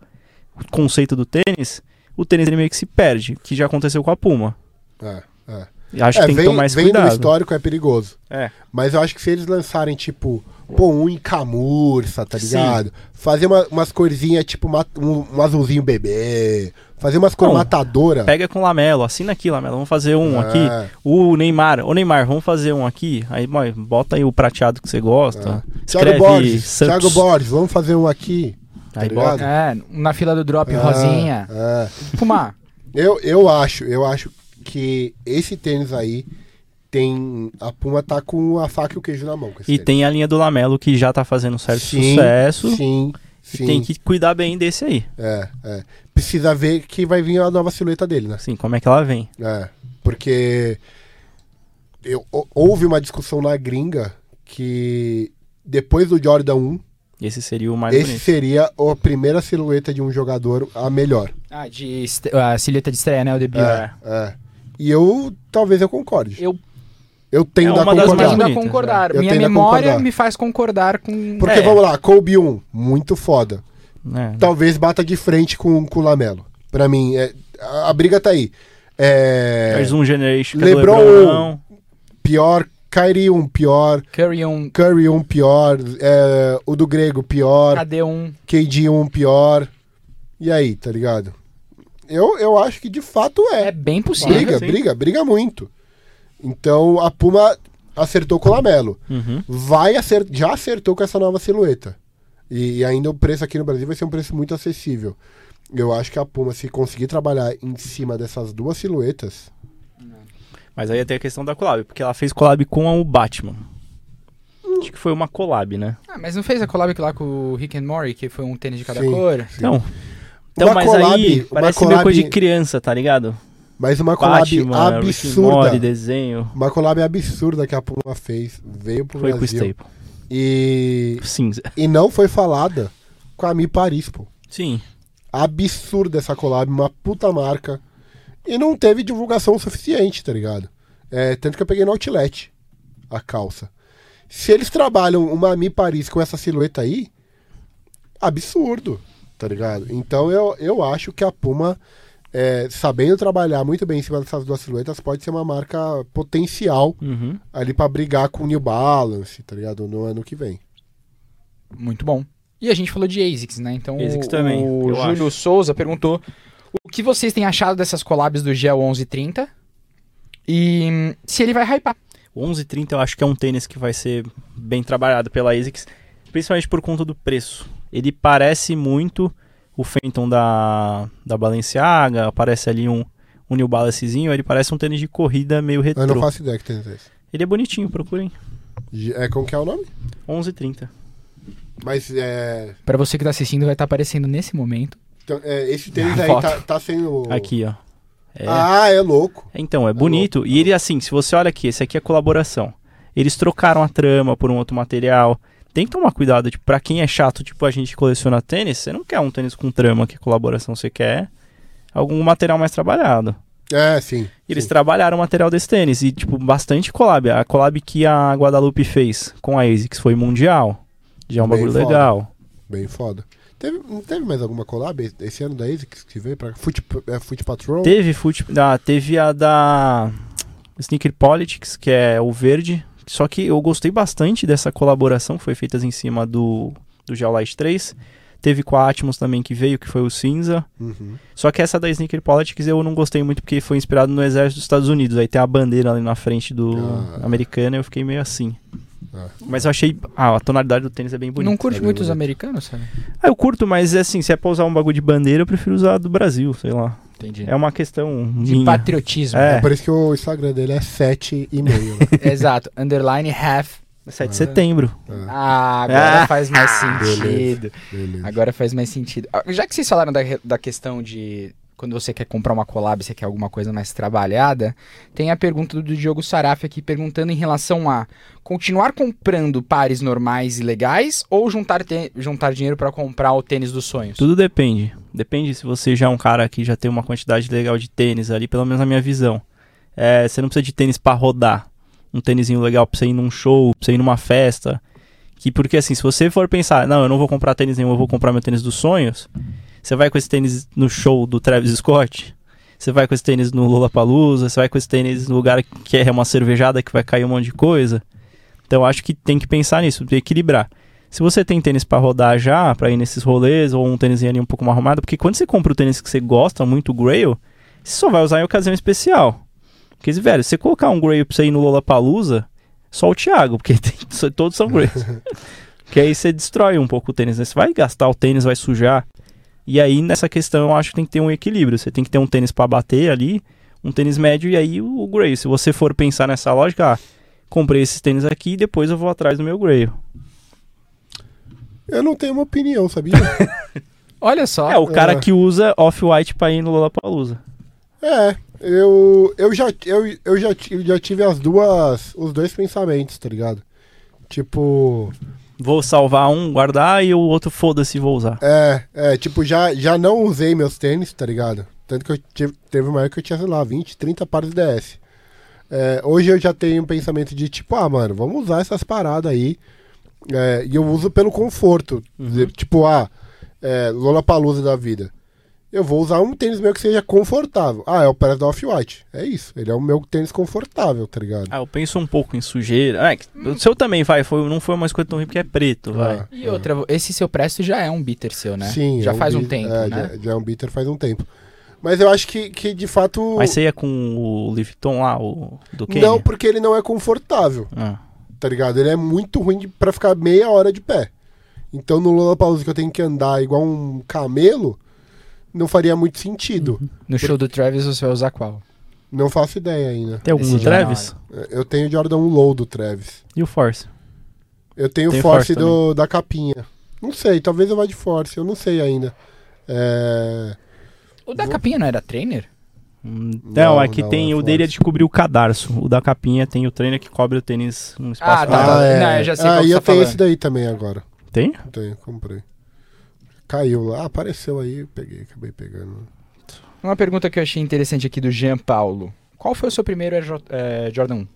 S1: o conceito do tênis, o tênis ele meio que se perde, que já aconteceu com a Puma.
S2: É, é.
S1: E Acho
S2: É,
S1: que tem
S2: vem,
S1: que tomar esse
S2: vem do
S1: cuidado.
S2: histórico, é perigoso.
S1: É.
S2: Mas eu acho que se eles lançarem, tipo, pô, um em camurça, tá
S1: Sim.
S2: ligado? Fazer uma- umas corzinhas, tipo, ma- um, um azulzinho bebê. Fazer umas cor
S1: Não,
S2: matadora.
S1: Pega com lamelo, assina aqui, lamelo. Vamos fazer um
S2: É.
S1: aqui. O Neymar, ô Neymar, vamos fazer um aqui? Aí mãe, bota aí o prateado que você gosta.
S2: Thiago
S1: Escreve
S2: Borges,
S1: Santos.
S2: Thiago Borges, vamos fazer um aqui.
S1: Aí
S2: tá
S1: bota.
S2: ligado?
S3: É, na fila do
S2: Ah.
S3: drop, rosinha.
S2: É, é.
S3: Puma.
S2: Eu, eu acho, eu acho que esse tênis aí tem. A Puma tá com a faca e o queijo na mão. Com esse
S1: E
S2: tênis.
S1: tem a linha do Lamelo que já tá fazendo um certo
S2: Sim,
S1: sucesso.
S2: Sim,
S1: E
S2: sim.
S1: tem que cuidar bem desse aí.
S2: É, é. Precisa ver que vai vir a nova silhueta dele, né?
S1: Assim, como é que ela vem?
S2: É. Porque eu, hou- houve uma discussão na gringa que depois do Jordan 1,
S1: Esse seria o mais
S2: esse
S1: bonito.
S2: seria a primeira silhueta de um jogador a melhor.
S3: Ah, de est- a silhueta de estreia, né? O debut.
S1: É.
S2: É. E eu talvez eu concorde.
S3: Eu
S2: Eu tendo
S1: É
S2: a
S1: uma das
S2: concordar.
S1: mais
S3: tendo a
S1: bonitas,
S3: concordar.
S2: é. Eu
S3: Minha
S2: tendo a
S3: memória
S2: concordar.
S3: me faz concordar com.
S2: Porque
S1: É.
S2: vamos lá, Kobe 1, muito foda.
S1: né?
S2: Talvez bata de frente com, com o Lamelo. Pra mim, é- a, a briga tá aí. É,
S1: Mais um generation. que é do
S2: Lebron-
S1: Lebron, não.
S2: pior, Kyrie 1, pior,
S3: Curry 1,
S2: Curry 1, pior, é, o do grego, pior,
S3: KD 1.
S2: KD 1, pior. E aí, tá ligado? Eu, eu acho que de fato
S3: É
S2: é.
S3: bem possível.
S2: Briga,
S1: sim.
S2: briga, briga muito. Então a Puma acertou com o Lamelo.
S1: Uhum.
S2: vai acer- já acertou com essa nova silhueta. E, e ainda o preço aqui no Brasil vai ser um preço muito acessível. Eu acho que a Puma, se conseguir trabalhar em cima dessas duas silhuetas.
S1: Mas aí tem a questão da collab, porque ela fez collab com o Batman. Acho que foi uma collab, né?
S3: Ah, mas não fez a collab lá com o Rick and Morty, que foi um tênis de cada
S2: Sim.
S3: cor?
S1: Então, então
S2: Uma
S1: mas
S2: collab-
S1: aí
S2: uma
S1: parece
S2: collab-
S1: meio coisa de criança, tá ligado?
S2: Mas uma collab
S1: Batman, Rick and Morty,
S2: absurda.
S1: desenho.
S2: Uma collab absurda que a Puma fez. Veio pro
S1: Foi com o
S2: Brasil.
S1: Staple.
S2: E,
S1: Cinza.
S2: e não foi falada com a Mi Paris, pô.
S1: Sim.
S2: Absurda essa collab, uma puta marca. E não teve divulgação suficiente, tá ligado? É, tanto que eu peguei no Outlet a calça. Se eles trabalham uma Mi Paris com essa silhueta aí, absurdo, tá ligado? Então eu, eu acho que a Puma, é, sabendo trabalhar muito bem em cima dessas duas silhuetas, pode ser uma marca potencial
S1: Uhum.
S2: ali pra brigar com o New Balance, tá ligado? No ano que vem.
S3: Muito bom. E a gente falou de ASICS, né? Então
S1: ASICS
S3: o,
S1: também,
S3: o
S1: eu
S3: Júlio Souza perguntou o que vocês têm achado dessas collabs do Gel 1130 e hum, se ele vai hypar.
S1: O 1130 eu acho que é um tênis que vai ser bem trabalhado pela ASICS, principalmente por conta do preço. Ele parece muito o Fenton da, da Balenciaga, parece ali um, um New Balancezinho, ele parece um tênis de corrida meio
S2: Eu não
S1: retrô.
S2: faço ideia que tem esse.
S1: Ele é bonitinho, procurem.
S2: G- É, como que é o nome?
S1: 1130.
S2: Mas é,
S3: Pra você que tá assistindo, vai estar aparecendo nesse momento.
S2: então, é, esse tênis
S3: A
S2: aí
S3: foto.
S2: tá, tá sendo.
S1: Ah, Aqui, ó. É.
S2: Ah, é louco. né?
S1: Então, é bonito. e ele, assim, se você olha aqui, esse aqui é colaboração. Eles trocaram a trama por um outro material. Tem que tomar cuidado, tipo, pra quem é chato, tipo, a gente coleciona tênis, você não quer um tênis com trama, que é colaboração, você quer algum material mais trabalhado.
S2: É, sim.
S1: E Eles
S2: sim.
S1: trabalharam o material desse tênis e, tipo, bastante collab. A collab que a Guadalupe fez com a ASICS foi mundial. Já é um
S2: Bem
S1: bagulho
S2: foda.
S1: legal.
S2: Bem foda. Teve, não teve mais alguma collab esse- esse ano da ASICS que veio pra Foot, é, Foot Patrol?
S1: Teve, fute... ah, teve a da Sneaker Politics, que é o verde. Só que eu gostei bastante dessa colaboração que foi feita em cima do, do Geolite 3. Teve com a Atmos também que veio, que foi o cinza.
S2: Uhum.
S1: Só que essa da Sneaker Politics eu não gostei muito porque foi inspirado no exército dos Estados Unidos. Aí tem a bandeira ali na frente do
S2: Ah.
S1: americano e eu fiquei meio assim.
S2: Ah.
S1: Mas eu achei. Ah, a tonalidade do tênis é bem bonita.
S3: não curte
S2: sabe,
S3: muito os
S2: bonito.
S3: americanos, sabe?
S1: Ah, eu curto, mas assim, se é pra usar um bagulho de bandeira, eu prefiro usar do Brasil, sei lá.
S3: Entendi.
S1: É uma questão.
S3: De
S1: minha.
S3: patriotismo. né?
S1: É.
S2: É. por isso que o Instagram dele é 7,5.
S1: [laughs]
S2: né?
S3: Exato. Underline half.
S1: 7 de setembro.
S2: Ah,
S3: Ah, agora
S1: [laughs] Ah.
S3: faz mais
S2: Beleza.
S3: sentido.
S2: beleza.
S3: Agora faz mais sentido. Ah, Já que vocês falaram da, da questão de quando você quer comprar uma collab, você quer alguma coisa mais trabalhada, tem a pergunta do Diogo Saraf aqui perguntando em relação a continuar comprando pares normais e legais ou juntar, te- juntar dinheiro pra comprar o tênis dos sonhos?
S1: Tudo depende. Depende se você já é um cara que já tem uma quantidade legal de tênis ali, pelo menos na minha visão. É, você não precisa de tênis pra rodar. Um tênisinho legal pra você ir num show, pra você ir numa festa. Que porque assim, se você for pensar, não, eu não vou comprar tênis nenhum, eu vou comprar meu tênis dos sonhos. Você vai com esse tênis no show do Travis Scott. Você vai com esse tênis no Lollapalooza, você vai com esse tênis no lugar que é uma cervejada que vai cair um monte de coisa. Então acho que tem que pensar nisso, de equilibrar. Se você tem tênis pra rodar já, pra ir nesses rolês, ou um tênis ali um pouco mais arrumado, porque quando você compra o tênis que você gosta muito, o Grail, você só vai usar em ocasião especial. Porque, velho, se você colocar um Grail pra você ir no Lollapalooza, só o Thiago, porque [laughs] tem- só- todos são Grails. que aí você destrói um pouco o tênis, né? Você vai gastar o tênis, vai sujar. E aí, nessa questão, eu acho que tem que ter um equilíbrio. Você tem que ter um tênis pra bater ali, um tênis médio e aí o, o Grail. Se você for pensar nessa lógica, ah, comprei esses tênis aqui e depois eu vou atrás do meu Grail.
S2: Eu não tenho uma
S1: [laughs]
S2: opinião, sabia?
S3: Olha só.
S1: É, o cara
S2: é.
S1: que usa off-white pra ir no Lollapalooza.
S2: é, eu, eu, já, eu, eu já, ti- já tive as duas, os dois pensamentos, tá ligado? Tipo,
S1: Vou salvar um, guardar e o outro foda-se vou usar.
S2: É, é, tipo, já, já não usei meus tênis, tá ligado? Tanto que eu tive, teve uma época que eu tinha, sei lá, 20, 30 pares de DS. É, hoje eu já tenho um pensamento de, tipo, ah, mano, vamos usar essas paradas aí. É, e eu uso pelo conforto.
S3: Uhum.
S2: De- Tipo, ah, é, Lollapalooza da vida. Eu vou usar um tênis meu que seja confortável. Ah, é o Paris da Off-White. É isso. Ele é o meu tênis confortável, tá ligado?
S1: Ah, eu penso um pouco em sujeira. Ah, é que o seu também vai, foi, não foi uma escolha tão ruim porque é preto, vai.
S2: Ah,
S3: E outra, esse seu preço já é um bitter seu, né?
S2: Sim.
S3: Já
S2: é
S3: faz um
S2: bit-
S3: tempo,
S2: é,
S3: né?
S2: Já, já é um bitter faz um tempo. Mas eu acho que, que de fato...
S1: Mas você ia com o Lifton lá, o do Kenya?
S2: Não, porque ele não é confortável,
S1: Ah.
S2: tá ligado? Ele é muito ruim de, pra ficar meia hora de pé. Então no Lollapalooza que eu tenho que andar igual um camelo, não faria muito sentido.
S1: Uhum.
S3: No show do Travis, você vai usar qual?
S2: Não faço ideia ainda.
S1: Tem algum
S3: Esse
S1: do
S3: já na
S1: Travis?
S2: Eu tenho Jordan um Low do Travis.
S1: E o Force?
S2: Eu tenho
S1: Tem
S2: Force
S1: Force
S2: do, da capinha. Não sei, talvez eu vá de Force, eu não sei ainda. É...
S3: O da capinha não era trainer?
S1: Hum,
S2: Não,
S1: Não, aqui
S2: não,
S1: tem
S2: é
S1: o
S2: Force.
S1: dele é de cobrir o cadarço. O da capinha tem o trainer que cobre o tênis no espaço.
S3: Ah, tá.
S1: lateral.
S2: é.
S3: Não, eu já sei
S2: ah,
S3: qual que
S2: e
S3: você
S2: eu tenho
S3: tá falando.
S2: esse daí também agora.
S1: Tem?
S2: Eu tenho, comprei. Caiu lá, apareceu aí, eu peguei, acabei pegando.
S3: Uma pergunta que eu achei interessante aqui do Jean Paulo. Qual foi o seu primeiro RJ, eh, Jordan 1?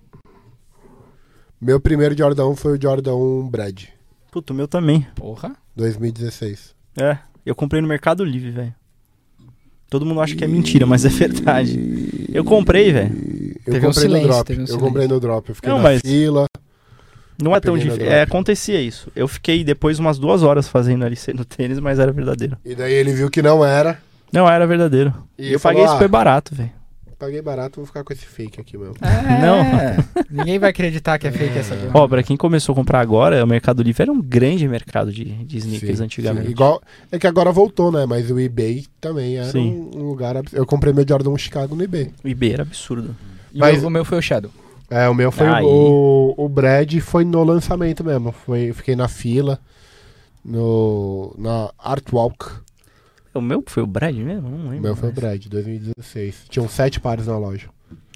S2: Meu primeiro Jordan 1 foi o Jordan 1 Brad,
S1: Puta, o meu também.
S3: Porra.
S2: 2016.
S1: É. Eu comprei no Mercado Livre, velho. Todo mundo acha que é mentira, mas é verdade. Eu comprei, velho.
S2: Eu
S3: Teve um
S2: comprei
S3: silêncio,
S2: no drop.
S3: teve um
S2: eu
S3: silêncio.
S2: comprei no drop. Eu fiquei
S1: Não,
S2: na
S1: mas-
S2: fila.
S1: Não
S3: Tá
S1: é tão
S2: Peguei no
S1: difícil.
S2: drop.
S1: É, acontecia isso. Eu fiquei depois umas duas horas fazendo LC no tênis, mas era verdadeiro.
S2: E daí ele viu que não era.
S1: Não, era verdadeiro.
S2: E
S1: E eu
S2: falou,
S1: paguei super
S2: "Ah,
S1: barato, velho.
S2: Paguei barato, vou ficar com esse fake aqui mesmo.
S3: É. Não. Ninguém vai acreditar que é fake essa coisa.
S1: Ó, pra quem começou a comprar agora, o Mercado Livre era um grande mercado de, de sneakers
S2: Sim,
S1: antigamente.
S2: sim. Igual, é que agora voltou, né? Mas o eBay também era
S1: Sim.
S2: um, um lugar. abs- Eu comprei meu Jordan 1 Chicago no eBay.
S1: O eBay era absurdo.
S3: E
S2: Mas-
S3: o, o meu foi o Shadow.
S2: É, o meu foi
S1: Tá Aí.
S2: o, o Brad foi no lançamento mesmo. Foi, eu fiquei na fila, no, na Art Walk.
S1: O meu foi o Brad mesmo? Não lembro.
S2: O meu foi o
S1: mais.
S2: Brad, 2016. Tinham sete pares na loja.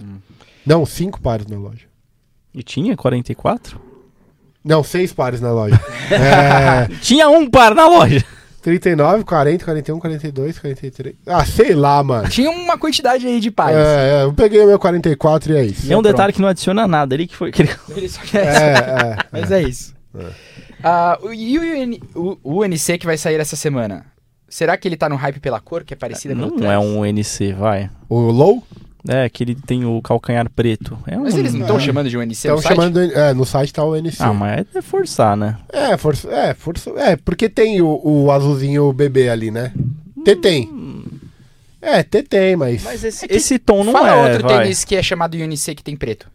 S3: Hum.
S2: Não, cinco pares na loja.
S1: E tinha 44?
S2: Não, seis pares na loja. é,
S1: Tinha um par na loja!
S2: 39, 40, 41, 42, 43. Ah, sei lá, mano.
S3: Tinha uma quantidade aí de pares.
S2: É, é, eu peguei o meu 44 e é isso.
S1: É um
S3: pronto.
S1: detalhe que não adiciona nada. Ele que foi. que ele-
S3: Ele só quer
S2: É, é.
S3: Mas é isso. Ah, o- e o, UN o, o UNC que vai sair essa semana? Será que ele tá no hype pela cor, que é parecida com o
S1: Não
S3: Travis?
S1: é um NC, vai.
S2: O Low?
S1: É, que ele tem o calcanhar preto. É um...
S3: Mas eles não estão
S2: É.
S3: chamando de UNC
S2: Estão
S3: no site?
S2: chamando. do- É, no site tá o NC.
S1: Ah, mas é forçar, né?
S2: É, força. É, força. É, porque tem o, o azulzinho bebê ali, né? T tem. É, T tem, mas.
S1: Mas esse,
S3: É que-
S1: esse tom não
S3: Fala
S1: é,
S3: outro
S1: vai.
S3: tênis que é chamado UNC que tem preto.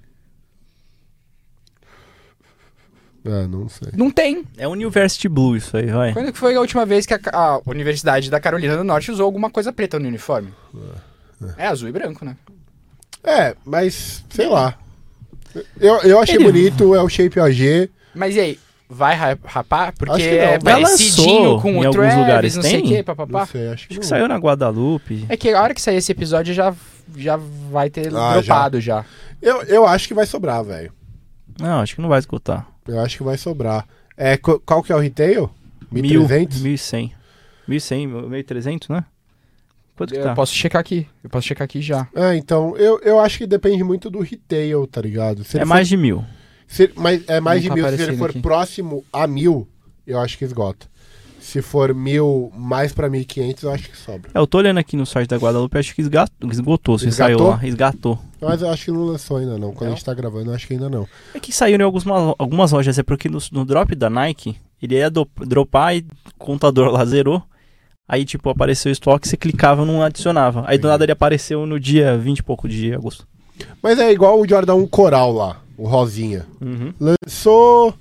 S2: Ah, não sei.
S3: Não tem.
S1: É University Blue isso aí, vai.
S3: Quando que foi a última vez que a, ca- a Universidade da Carolina do Norte usou alguma coisa preta no uniforme? É azul e branco, né?
S2: É, mas. Sei lá. Eu, eu achei
S1: Ele-
S2: bonito, é o Shape OG.
S3: Mas e aí? Vai ra- rapar? Porque
S2: Acho que não.
S3: é
S2: Mas
S3: parecidinho
S1: lançou
S3: com
S1: em
S3: o
S1: alguns
S3: Travis,
S1: lugares,
S3: não sei
S1: tem?
S3: o quê, papapá.
S2: Não sei, acho que.
S1: Acho que
S2: não.
S1: saiu na Guadalupe.
S3: É que a hora que sair esse episódio já, já vai ter
S2: Ah,
S3: dropado já.
S2: Eu, eu acho que vai sobrar, velho.
S1: Não, acho que não vai escutar.
S2: Eu acho que vai sobrar. É, co- qual que é o retail?
S1: Mil-
S2: 1300?
S1: 1.100. 1.100, 1.300, né? Quanto que
S2: É,
S3: Eu
S1: tá?
S3: posso checar aqui. Eu posso checar aqui já.
S2: Ah, então, eu, eu acho que depende muito do retail, tá ligado? Se
S1: É
S2: ele
S1: mais de mil.
S2: for- se- mas é mais
S3: Não
S2: de
S3: tá
S2: mil. Se ele
S3: aparecendo
S2: for
S3: aqui.
S2: próximo a mil, eu acho que esgota. Se for mil mais pra 1.500, eu acho que sobra.
S1: É, eu tô olhando aqui no site da Guadalupe, acho que esga- esgotou, se
S2: Esgatou?
S1: saiu lá. Esgatou.
S2: Mas eu acho que não lançou ainda não. Quando
S3: Não?
S2: a gente tá gravando, eu acho que ainda não.
S1: É que saiu em algumas, algumas lojas, é porque no, no drop da Nike, ele ia do- dropar e o contador lá zerou. Aí, tipo, apareceu o estoque, você clicava não adicionava. Aí do nada ele apareceu no dia 20 e pouco de agosto.
S2: Mas é igual o Jordan 1 Coral lá, o Rosinha. Lançou,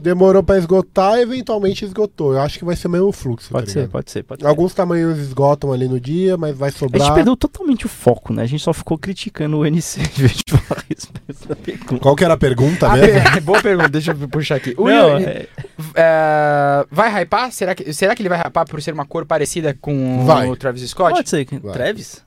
S2: demorou pra esgotar, eventualmente esgotou. Eu acho que vai ser o mesmo fluxo,
S1: Pode
S2: tá
S1: ser,
S2: ligado?
S1: pode ser, pode ser.
S2: Alguns tamanhos esgotam ali no dia, mas vai
S1: A
S2: sobrar.
S1: gente perdeu totalmente o foco, né? A gente só ficou criticando o NC [laughs] em vez de falar a respeito da pergunta.
S2: Qual que era a pergunta
S3: Ah,
S2: mesmo?
S3: per- [laughs] boa pergunta, deixa eu puxar aqui. O
S1: Não,
S3: Yuri,
S1: é-
S3: é, vai hypar? Será que, será que ele vai hypar por ser uma cor parecida com
S2: Vai.
S3: o Travis Scott?
S1: pode ser. que-
S2: Vai.
S1: Travis?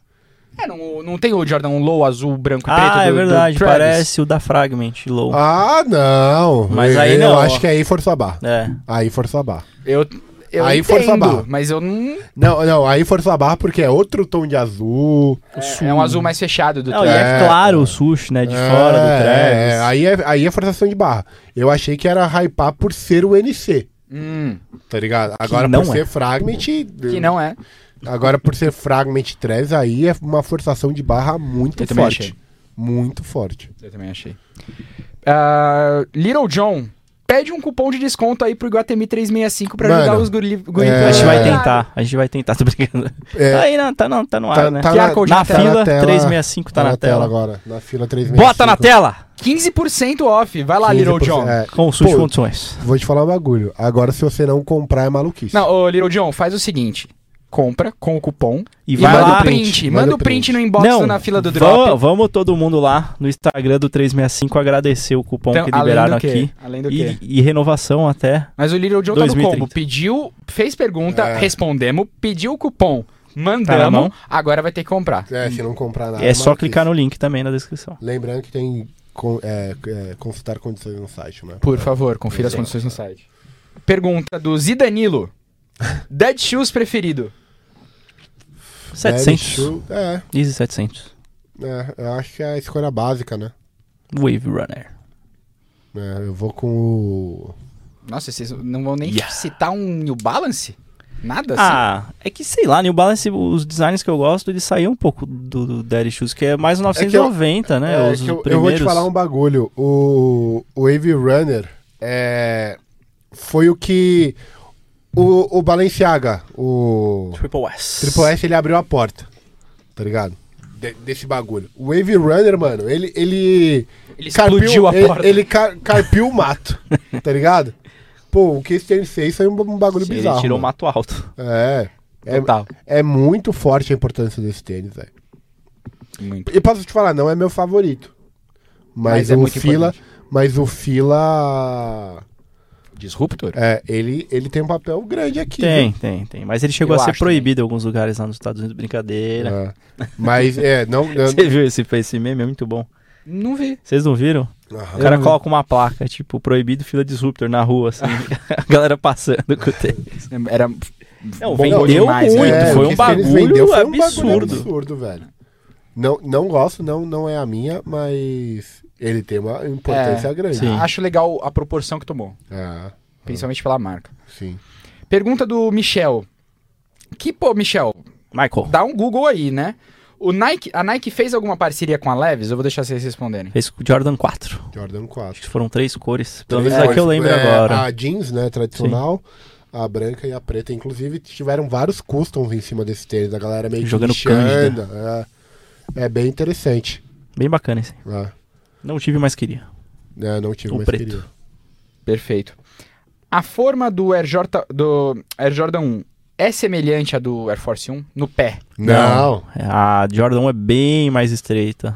S3: É, não, não tem o Jordan low, azul, branco e preto
S1: Ah,
S3: do,
S1: é
S3: do
S1: verdade.
S3: Travis?
S1: Parece o da Fragment, low.
S2: Ah, não.
S1: Mas aí
S2: eu
S1: não, ó.
S2: acho que aí forçou a barra.
S1: É.
S2: Aí forçou a barra.
S3: Eu, eu
S2: Aí força a barra.
S3: entendo, mas eu não... é,
S2: Não, não, aí forçou a barra porque é outro tom de azul.
S3: É, é um azul mais fechado do
S1: Não, e
S3: Travis.
S1: é
S2: É.
S1: claro o sushi, né? De
S2: É,
S1: fora do Travis.
S2: é, aí, é, aí é forçação de barra. Eu achei que era hypar por ser o NC,
S3: Hum,
S2: tá ligado? Agora
S1: não
S2: por
S1: é.
S2: ser Fragment.
S3: que não é.
S2: Agora por ser Fragment 3, aí é uma forçação de barra muito
S3: Eu também
S2: forte.
S3: achei.
S2: Muito forte.
S3: Eu também achei. Ah, Little John, pede um cupom de desconto aí pro Iguatemi 365 pra
S2: Mano,
S3: ajudar os guri, guri
S2: é,
S1: A gente vai
S2: É.
S1: tentar, a gente vai tentar, [laughs] tô brincando.
S2: É,
S1: Tá aí, não, tá, não, tá no ar,
S2: tá,
S1: né?
S2: tá
S3: Que
S2: na,
S3: a cor-
S2: tá
S3: hoje
S1: na
S3: tá na
S1: fila,
S2: tela.
S1: 365 tá,
S2: na,
S1: na, tela.
S2: agora. Na fila 3
S1: Bota na tela!
S3: 15% off. Vai lá, Little John.
S2: é.
S1: Com o sushi
S2: Pô.
S1: condições.
S2: Vou te falar um bagulho. Agora, se você não comprar, é maluquice.
S3: Não, ô, Little John, faz o seguinte. Compra com o cupom
S1: E vai
S3: manda
S1: lá.
S3: o print.
S2: Print,
S3: Manda
S2: manda
S3: o print no inbox
S1: Não,
S3: do na fila do
S1: vamos,
S3: drop.
S1: vamos todo mundo lá no Instagram do 365 agradecer o cupom
S3: Então,
S1: que
S3: além
S1: liberaram
S3: do quê?
S1: aqui.
S3: Além do quê?
S1: E, e renovação até.
S3: Mas o Little John tá no
S1: 2030.
S3: combo. Pediu, fez pergunta,
S2: É.
S3: respondemos, pediu o cupom,
S1: Tá na
S3: mandamos,
S1: mão?
S3: agora vai ter que comprar.
S2: É, se não comprar nada.
S1: é só
S2: maluquice.
S1: clicar no link também na descrição.
S2: Lembrando que tem con- é, é, consultar condições no site, né?
S3: Por favor, confira as condições no site. Pergunta do Zidanilo. Dead Shoes preferido?
S2: Very
S1: 700.
S2: Shoe- É,
S1: Easy 700.
S2: é, eu acho que é a escolha básica, né?
S1: Wave Runner.
S2: É, eu vou com o.
S3: Nossa, vocês não vão nem
S1: Yeah.
S3: citar um New Balance?
S2: Tá
S3: Nada assim?
S1: Ah, é que sei lá, New Balance, os designs que eu gosto, eles saíram um pouco do, do Daddy Shoes, que é mais o
S2: que eu-
S1: 990, né?
S2: É,
S1: os
S2: que eu, eu vou
S1: primeiros.
S2: te falar um bagulho. O, o Wave Runner é, foi o que. O, o Balenciaga, o
S1: Triple S.
S2: Triple S, é um ele abriu a porta. Tá ligado? De- desse bagulho. O Wave Runner, mano, ele. Ele,
S3: Ele explodiu a
S2: ele-
S3: porta.
S2: Ele, car- carpiu o
S3: [laughs]
S2: mato. tá ligado? Pô, o que esse tênis fez foi um, um bagulho
S1: Ele
S2: bizarro.
S1: tirou o
S2: mano.
S1: mato alto.
S2: É. É,
S3: Total.
S2: é muito forte a importância desse tênis, velho.
S3: Muito.
S2: E posso te falar, não é meu favorito. Mas,
S3: Mas é
S2: o
S3: muito
S2: Fila.
S3: importante.
S2: Mas o Fila.
S3: Disruptor?
S2: É, ele, ele tem um papel grande aqui.
S1: Tem, tem, tem. Mas ele chegou
S3: Eu
S1: a ser
S3: acho também.
S1: proibido em alguns lugares lá nos Estados Unidos,
S2: viu?
S1: brincadeira.
S2: É. Mas é, não.
S3: [laughs]
S1: [laughs]
S2: não
S1: Você viu esse, esse meme? É muito bom.
S3: Não vi.
S1: Vocês não viram?
S2: Aham.
S1: O cara
S3: vi.
S1: coloca uma placa, tipo, proibido fila disruptor na rua,
S2: [laughs]
S1: assim.
S2: É,
S1: a galera passando com o tênis.
S3: [laughs] Era.
S1: Não,
S3: bombou
S1: vendeu muito,
S2: É,
S1: foi
S2: o
S1: um
S2: que esse tênis
S1: bagulho
S2: vendeu foi um
S1: absurdo.
S2: bagulho absurdo, velho. Não, não gosto, não, não é a minha, mas ele tem uma importância
S3: É,
S2: grande.
S1: sim.
S3: Acho legal a proporção que tomou,
S2: Ah,
S3: principalmente pela marca.
S2: sim.
S3: Pergunta do Michel. Que, pô, Michel,
S1: Michael,
S3: dá um Google aí, né? O Nike, a Nike fez alguma parceria com a Levis? Eu vou deixar vocês responderem.
S1: fez com o Jordan 4.
S2: Jordan 4.
S1: Acho que foram três cores. Pelo
S2: Três
S1: menos é que eu
S2: cores.
S1: lembro
S2: É,
S1: agora.
S2: A jeans, né, tradicional, a branca e a preta. Inclusive, tiveram vários customs em cima desse tênis, da galera meio que
S1: Jogando
S2: lixando, É, é bem interessante.
S1: Bem bacana esse.
S2: né?
S1: Não tive, mas queria.
S2: É, não tive
S1: O
S2: mais
S1: preto.
S2: querido.
S3: Perfeito. A forma do Air, Jordan, do Air Jordan 1 é semelhante à do Air Force 1 no pé.
S2: Não.
S1: A Jordan 1 é bem mais estreita.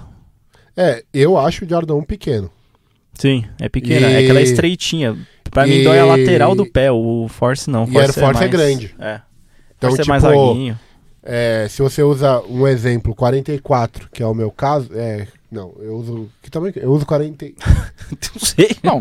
S2: É, eu acho o Jordan 1 pequeno.
S1: Sim, é pequena.
S2: E-
S1: É que ela é estreitinha. Pra
S2: E-
S1: mim dói a lateral do pé, o Force não.
S2: E Air Force é
S1: mais-
S2: grande.
S1: É.
S2: Então,
S1: Force é
S2: tipo,
S1: mais larguinho.
S2: é, se você usa um exemplo, 44, que é o meu caso, é, não, eu uso, que também, eu uso 40,
S1: [laughs] Não sei. [laughs]
S3: Não,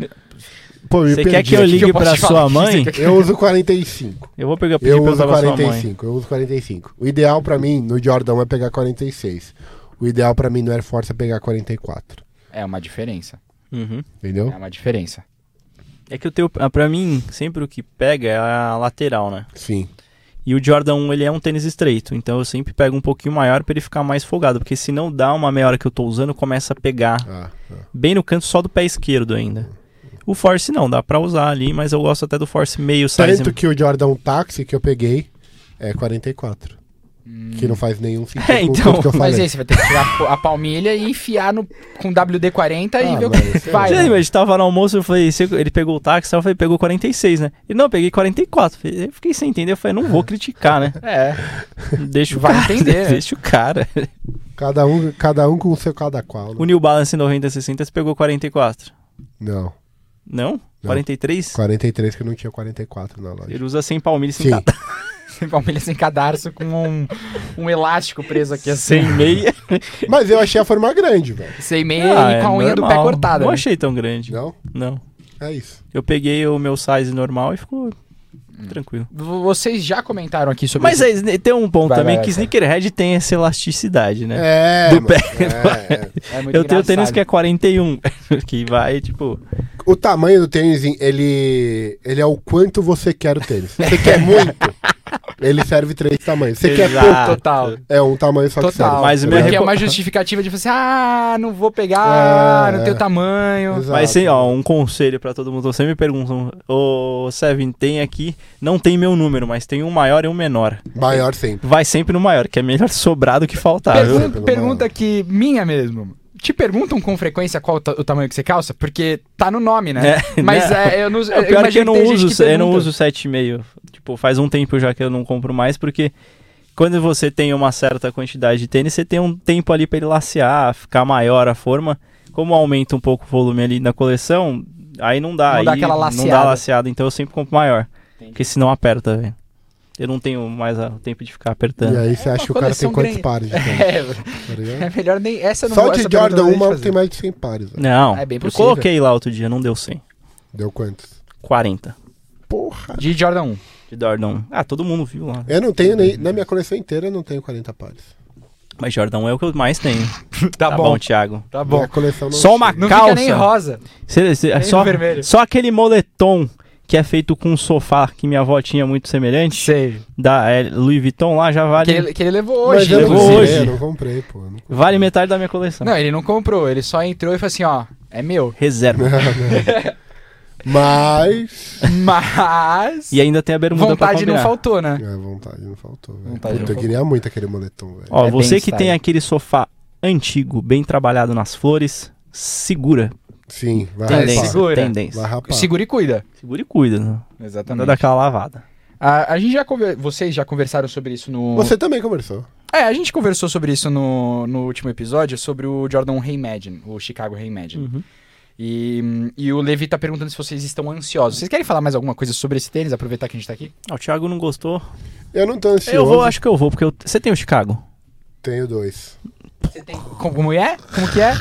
S2: pô, eu me
S1: Você quer
S2: perdi
S1: que eu
S2: aqui.
S1: ligue
S3: eu posso
S1: pra
S3: te falar
S1: sua
S3: que
S1: mãe?
S3: [laughs] você quer-
S2: Eu uso 45.
S1: Eu vou pegar pedir
S2: Eu
S1: pra
S2: uso
S1: usar pra sua mãe.
S2: 45, eu uso 45. O ideal pra mim no Jordan é pegar 46. O ideal pra mim no Air Force é pegar 44.
S3: é uma diferença.
S1: Uhum.
S2: Entendeu?
S3: É uma diferença.
S1: É que o teu, ah, pra mim, sempre o que pega é a lateral, né?
S2: Sim.
S1: E o Jordan 1, ele é um tênis estreito, então eu sempre pego um pouquinho maior pra ele ficar mais folgado, porque se não dá uma meia hora que eu tô usando, começa a pegar
S2: Ah, ah.
S1: bem no canto só do pé esquerdo ainda. O Force não, dá pra usar ali, mas eu gosto até do Force meio size.
S2: Tanto que o Jordan Taxi que eu peguei é 44. Que não faz nenhum
S1: [laughs]
S2: sentido
S1: É,
S2: com
S1: então,
S2: tudo que eu
S3: Hum, Mas
S2: falei.
S3: aí você vai ter que tirar a palmilha e enfiar no, com WD-40 e
S2: Ah,
S3: ver o
S2: mas-
S3: que vai.
S1: Gente,
S3: né?
S1: mas a gente tava no almoço, eu falei, "Você- ele pegou o táxi, eu falei, pegou 46, né? Ele, não, eu peguei 44. Falei, Eu fiquei sem entender, eu falei, não vou criticar, né?
S3: É. [laughs]
S1: Deixa o
S3: Vai
S1: cara, [laughs]
S3: entender.
S1: deixa o cara.
S2: Cada um, cada um com o seu cada qual. né?
S1: O New Balance 9060 você pegou 44.
S2: Não,
S1: Não? 43?
S2: 43 que eu não tinha 44 na loja.
S1: Ele tá- usa sem palmilha e sem
S2: Sim.
S1: cadastro.
S3: Sem palmilha, sem cadarço, com um, um elástico preso aqui assim.
S1: Sem meia.
S2: Mas eu achei a forma grande, velho.
S3: Sem meia
S1: Ah,
S3: e
S1: é
S3: com a unha do pé
S1: normal.
S3: cortada.
S1: Não
S3: né?
S1: achei tão grande. Não.
S2: Não? É isso.
S1: Eu peguei o meu size normal e ficou
S3: Hum.
S1: tranquilo.
S3: V- Vocês já comentaram aqui sobre
S1: Mas
S3: isso.
S1: é, sne- tem um ponto
S3: Vai,
S1: também
S3: vai, vai,
S1: que sneakerhead tem essa elasticidade, né?
S2: É.
S1: Do
S2: mano,
S1: pé.
S2: é, é.
S3: É muito
S1: Eu tenho
S3: engraçado.
S1: tênis que é 41, [laughs] que vai, tipo...
S2: [laughs] O tamanho do tênis, ele, ele é o quanto você quer o tênis. Você quer muito, ele serve três tamanhos. Você quer
S1: Exato.
S2: pouco,
S1: Ah,
S3: Total.
S2: é um tamanho só que serve.
S3: Total.
S1: Mas
S2: tá
S1: minha
S2: ligado?
S3: Porque é
S1: reco-
S3: uma justificativa de você, ah, não vou pegar,
S2: É,
S3: não tenho
S2: é.
S3: tamanho.
S2: Exato.
S1: Mas sim, ó, um conselho pra todo mundo. Você me perguntam, ô Seven, tem aqui, não tem meu número, mas tem um maior e um menor.
S2: Maior sempre.
S1: Vai sempre no maior, que é melhor sobrar do que faltar,
S3: [laughs]
S1: viu?
S3: Pergun-
S2: Pelo
S3: pergunta
S2: maior.
S3: que minha mesmo. Te perguntam com frequência qual ta- o tamanho que você calça? Porque tá no nome, né?
S1: É,
S3: [laughs] Mas
S1: né?
S3: é, eu não
S1: É, o pior é que
S3: imagino
S1: eu não
S3: tem gente
S1: uso,
S3: que
S1: eu não
S3: pergunta.
S1: uso 7,5. Tipo, faz um tempo já que eu não compro mais, porque quando você tem uma certa quantidade de tênis, você tem um tempo ali pra ele lacear, ficar maior a forma. Como aumenta um pouco o volume ali na coleção, aí não dá.
S3: Não dá
S1: aí
S3: aquela
S1: Não
S3: laceada.
S1: dá laceada, então eu sempre compro maior. Porque senão aperta, velho. Eu não tenho mais ah, o tempo de ficar
S2: E
S1: apertando.
S2: aí você
S3: É
S2: acha
S3: uma
S2: que o cara tem
S3: coleção
S2: quantos
S3: grande.
S2: pares de tênis,
S3: É,
S2: tá ligado?
S3: [laughs] é melhor nem. Essa eu não
S2: Só
S3: vou-
S2: de
S3: essa pergunta eu
S2: Jordan,
S3: não vou
S2: uma
S3: fazer.
S2: tem mais de 100 pares. velho.
S1: Não,
S3: É bem
S1: eu
S3: possível.
S1: coloquei lá outro dia, não deu 100.
S2: Deu quantos?
S1: 40.
S2: Porra.
S3: De Jordan 1.
S1: De de Jordan. Ah, todo mundo viu lá.
S2: Eu não tenho nem. Na minha coleção inteira eu não tenho 40 pares.
S1: Mas Jordan é o que eu mais tenho.
S3: Tá,
S1: [laughs] tá
S3: bom.
S1: bom, Thiago.
S3: Tá bom.
S2: Minha coleção não
S1: Só uma
S2: chega.
S3: Não
S1: calça.
S3: fica nem rosa.
S1: Cê- cê-
S3: Nem
S1: só,
S3: vermelho.
S1: só aquele moletom que é feito com um sofá que minha avó tinha muito semelhante.
S3: Sei.
S1: Da é, Louis Vuitton lá já
S3: Que
S1: vale.
S3: ele, que ele levou
S2: Mas
S3: hoje.
S2: eu não
S1: levou
S2: comprei,
S1: hoje.
S2: Eu não comprei, pô. eu não comprei.
S1: Vale metade da minha coleção.
S3: Não, ele não comprou. Ele só entrou e falou assim, ó, é meu. [laughs]
S1: Reserva.
S2: [laughs] Mas.
S3: Mas...
S1: E ainda tem a bermuda pra
S3: vontade
S1: combinar.
S3: não faltou, né?
S2: É, vontade não faltou, velho.
S3: Vontade não
S2: Puta, eu queria muito aquele moletom, velho.
S1: Ó,
S3: É
S1: você
S3: bem
S1: que
S3: style.
S1: tem aquele sofá antigo, bem trabalhado nas flores, segura.
S2: Sim, vai
S3: Tem
S2: rapar.
S1: Tendência.
S3: lenço. Segura.
S1: Tendência.
S2: Vai rapar.
S3: Segura e cuida.
S1: Segura e cuida, né? Manda
S3: Exatamente.
S1: dar aquela lavada.
S3: A, a gente já conver... Vocês já conversaram sobre isso no...
S2: Você também conversou.
S3: É, a gente conversou sobre isso no, no último episódio, sobre o Jordan Reimagine, o Chicago Reimagine.
S1: Uhum.
S3: E, hum, e o Levi tá perguntando se vocês estão ansiosos. Vocês querem falar mais alguma coisa sobre esse tênis, aproveitar que a gente tá aqui?
S1: Ah, o Thiago não gostou.
S2: Eu não tô ansioso.
S1: Eu vou, acho que eu vou, porque eu- você tem o Chicago.
S2: Tenho dois.
S3: Como, como é? Como que é?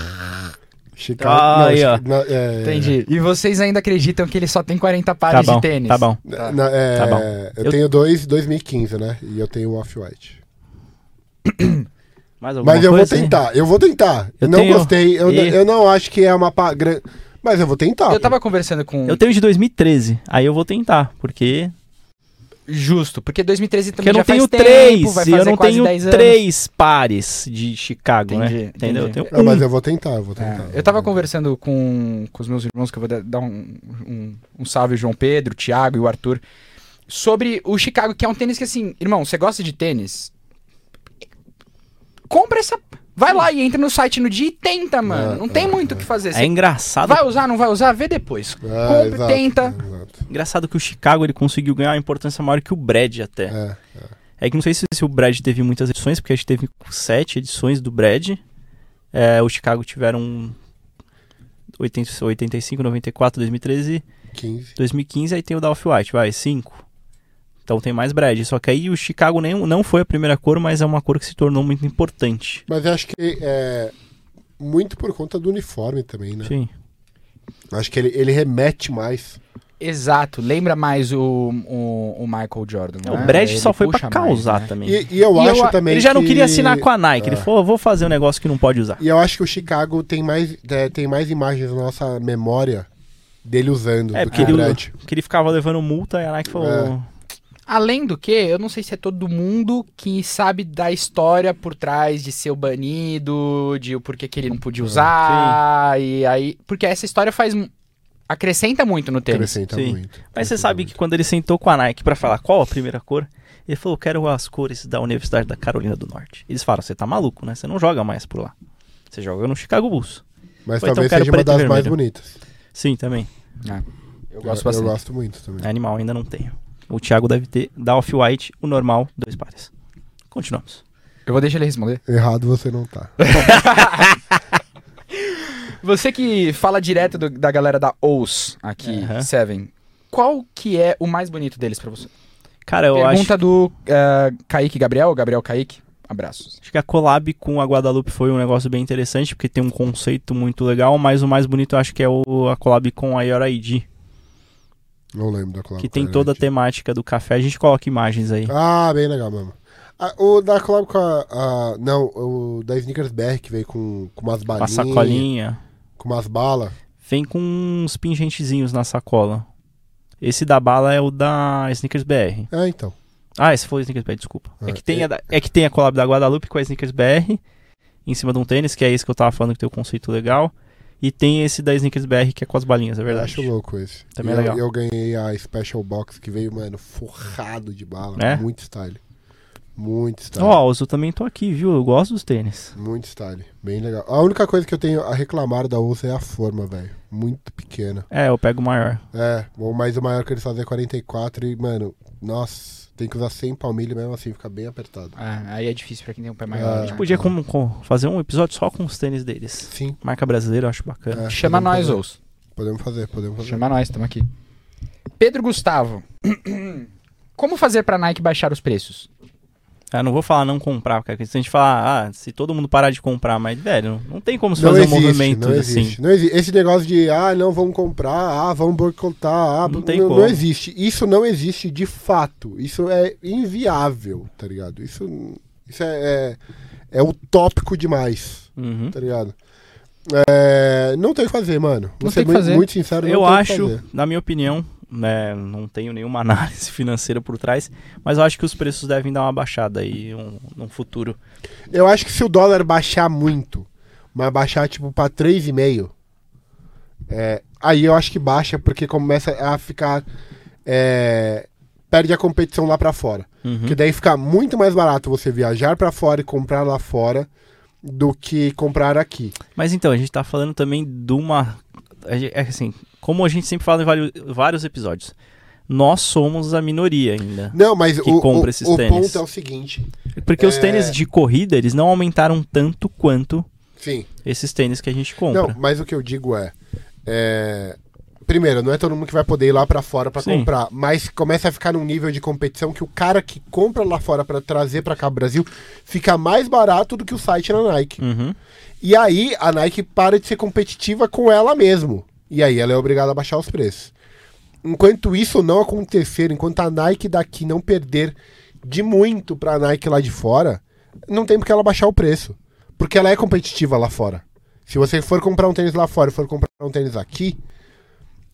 S2: Chicago.
S1: Ah, aí,
S2: Chi-
S1: ó.
S2: na- é,
S3: Entendi. E vocês ainda acreditam que ele só tem 40
S1: Tá
S3: pares
S1: bom,
S3: de tênis?
S1: tá bom.
S2: na- na- é,
S1: Tá bom.
S2: Eu,
S1: Eu-
S2: tenho dois 2015, né? E eu tenho o Off-White.
S1: Mais alguma
S2: Mas eu vou
S1: coisa aí?
S2: tentar, eu vou tentar.
S1: Eu
S2: não
S1: tenho-
S2: gostei, eu,
S1: E-
S2: eu não acho que é uma. Pa... gran- Mas eu vou tentar.
S3: Eu tava conversando com...
S1: Eu tenho de 2013, aí eu vou tentar, porque
S3: Justo, porque 2013
S1: Porque
S3: também
S1: eu não
S3: já faz
S1: tenho
S3: tempo,
S1: três,
S3: vai
S1: e
S3: fazer
S1: eu não
S3: quase
S1: tenho
S3: 10 anos.
S1: três pares de Chicago,
S3: Entendi,
S1: né? Entendeu?
S3: entendi.
S1: Eu tenho
S2: Não,
S1: um.
S2: mas eu vou tentar, eu vou tentar. Ah,
S3: É, eu tava conversando com, com os meus irmãos, que eu vou da- dar um, um, um salve, o João Pedro, o Thiago e o Arthur, sobre o Chicago, que é um tênis que, assim, irmão, você gosta de tênis? Compra essa. Vai lá e entra no site no dia e tenta, mano.
S2: É,
S3: Não tem
S2: é,
S3: muito o que fazer.
S1: É
S3: Você
S1: engraçado,
S3: vai usar, não vai usar? Vê depois.
S2: É,
S3: Compre,
S2: exato,
S3: tenta.
S2: exato.
S1: engraçado que o Chicago ele conseguiu ganhar uma importância maior que o Brad até.
S2: É,
S1: É que não sei se, se o Brad teve muitas edições, porque a gente teve sete edições do Brad. É, o Chicago tiveram um 80, 85, 94, 2013,
S2: 15.
S1: 2015, aí tem o da Off-White, vai, 5. Então tem mais Brad. Só que aí o Chicago nem, não foi a primeira cor, mas é uma cor que se tornou muito importante.
S2: Mas eu acho que é muito por conta do uniforme também, né?
S1: Sim.
S2: Acho que ele, ele remete mais.
S3: Exato, lembra mais o, o, o Michael Jordan.
S1: É, o
S3: né?
S1: Brad
S3: Ele
S1: só foi
S3: puxa
S1: pra
S3: mais,
S1: causar
S3: né?
S1: também.
S2: E, e eu
S1: E eu
S2: acho
S1: a-
S2: também.
S1: Ele já não
S2: que-
S1: queria assinar com a Nike. Ele
S2: É.
S1: falou, vou fazer um negócio que não pode usar.
S2: E eu acho que o Chicago tem mais, é, tem mais imagens na nossa memória dele usando
S1: É,
S2: do
S1: porque
S2: que o
S1: ele,
S2: Brad.
S1: porque ele ficava levando multa e a Nike falou...
S2: É.
S3: Além do que, eu não sei se é todo mundo que sabe da história por trás de ser o banido, de o porquê que ele não
S2: Ah,
S3: podia usar, e aí... Porque essa história faz... mu- Acrescenta muito no tênis.
S2: Acrescenta
S1: Sim.
S2: muito.
S1: Mas você sabe que quando ele sentou com a Nike pra falar qual a primeira cor, ele falou, quero as cores da Universidade da Carolina do Norte. Eles falaram, você tá maluco, né? Você não joga mais por lá. Você joga no Chicago Bulls.
S2: Mas
S1: Ou então
S2: talvez
S1: quero
S2: seja uma
S1: preto e
S2: das mais
S1: vermelho.
S2: bonitas.
S1: Sim, também.
S3: Eu gosto bastante.
S2: Eu gosto muito também.
S1: É Animal, ainda não tenho. O Thiago deve ter da Off-White, o normal, dois pares. Continuamos.
S3: Eu vou deixar ele responder.
S2: Errado você não tá.
S3: Você que fala direto do- da galera da OUS aqui,
S1: Aham.
S3: Seven, qual que é o mais bonito deles pra você?
S1: Cara, eu acho,
S3: Pergunta do eh, Kaique Gabriel, Gabriel Kaique. Abraços.
S1: acho que a collab com a Guadalupe foi um negócio bem interessante, porque tem um conceito muito legal, mas o mais bonito eu acho que é o, a collab com a Your ID,
S2: Não lembro da Collab.
S1: que
S2: com
S1: tem
S2: Iron
S1: toda a
S2: Man.
S1: temática do café. A gente coloca imagens aí.
S2: Ah, bem legal mesmo. Ah, o da Collab com a, a- Não, o da Snickers BR que veio com, com umas
S1: Uma
S2: balinhas.
S1: sacolinha.
S2: Com umas balas.
S1: Vem com uns pingentezinhos na sacola. Esse da bala é o da Snickers BR.
S2: Ah, então.
S1: Ah, esse foi o Snickers BR, desculpa. É
S2: Ah,
S1: que tem a, da- é que tem a collab da Guadalupe com a Snickers BR em cima de um tênis, que é esse que eu tava falando que tem um conceito legal. E tem esse da Snickers BR que é com as balinhas, é
S2: Eu acho
S1: verdade.
S2: louco esse.
S1: Também
S2: E
S1: é
S2: eu,
S1: legal.
S2: eu ganhei a Special Box que veio, mano, forrado de bala.
S1: É?
S2: Muito style. Muito style.
S1: Ó, Oso, também tô aqui, viu? Eu gosto dos tênis.
S2: Muito style. Bem legal. A única coisa que eu tenho a reclamar da Ursa é a forma, velho. Muito pequena.
S1: É, eu pego o maior.
S2: É, bom, mas o maior que eles fazem é 44 e, mano, nossa, tem que usar 100 palmilha mesmo assim, fica bem apertado.
S3: Ah, aí é difícil pra quem tem um pé
S2: Ah.
S3: maior. né?
S1: Podia como- com- fazer um episódio só com os tênis deles.
S2: Sim.
S1: Marca brasileira, eu acho bacana.
S2: é,
S3: Chama
S2: podemos
S3: nós,
S2: fazer.
S3: OUS.
S2: Podemos fazer, podemos fazer.
S3: Chama nós, estamos aqui. [clears throat] Pedro Gustavo. Como fazer pra Nike baixar os preços?
S1: Eu Ah, não vou falar não comprar, porque se a gente falar, ah, se todo mundo parar de comprar, mas, velho, não tem como se
S2: Não
S1: fazer
S2: existe,
S1: um movimento
S2: não
S1: assim.
S2: existe, não existe. Esse negócio de, ah, não, vamos comprar, ah, vamos boicotar, ah,
S1: Não
S2: b-
S1: tem
S2: não,
S1: como.
S2: não existe. Isso não existe de fato. Isso é inviável, tá ligado? Isso, isso é, é, é utópico demais,
S1: Uhum.
S2: tá ligado? É, não tem o que fazer, mano.
S3: Não
S2: Vou ser
S3: tem o que
S2: muito,
S3: fazer.
S2: muito sincero, não
S1: Eu
S2: tem o que
S1: acho,
S2: fazer.
S1: na minha opinião, né, não tenho nenhuma [laughs] análise financeira por trás, mas eu acho que os preços devem dar uma baixada aí um, num futuro.
S2: Eu acho que se o dólar baixar muito, mas baixar tipo pra 3,5, é, aí eu acho que baixa porque começa a ficar. é, perde a competição lá pra fora.
S1: Uhum.
S2: Porque daí fica muito mais barato você viajar pra fora e comprar lá fora do que comprar aqui.
S1: Mas então, a gente tá falando também de uma. a gen- É assim, como a gente sempre fala em vários, vários episódios, nós somos a minoria ainda.
S2: Não, mas
S1: Que
S2: o,
S1: compra
S2: o-
S1: esses
S2: o
S1: tênis.
S2: ponto é o seguinte.
S1: Porque
S2: É.
S1: os tênis de corrida, eles não aumentaram tanto quanto
S2: Sim.
S1: esses tênis que a gente compra.
S2: Não, mas o que eu digo é, é, Primeiro, não é todo mundo que vai poder ir lá pra fora pra
S1: Sim.
S2: comprar, mas começa a ficar num nível de competição que o cara que compra lá fora pra trazer pra cá pro Brasil fica mais barato do que o site na Nike.
S1: Uhum.
S2: E aí a Nike para de ser competitiva com ela mesmo. E aí ela é obrigada a baixar os preços. Enquanto isso não acontecer, enquanto a Nike daqui não perder de muito pra Nike lá de fora, não tem porque ela baixar o preço. Porque ela é competitiva lá fora. Se você for comprar um tênis lá fora e for comprar um tênis aqui,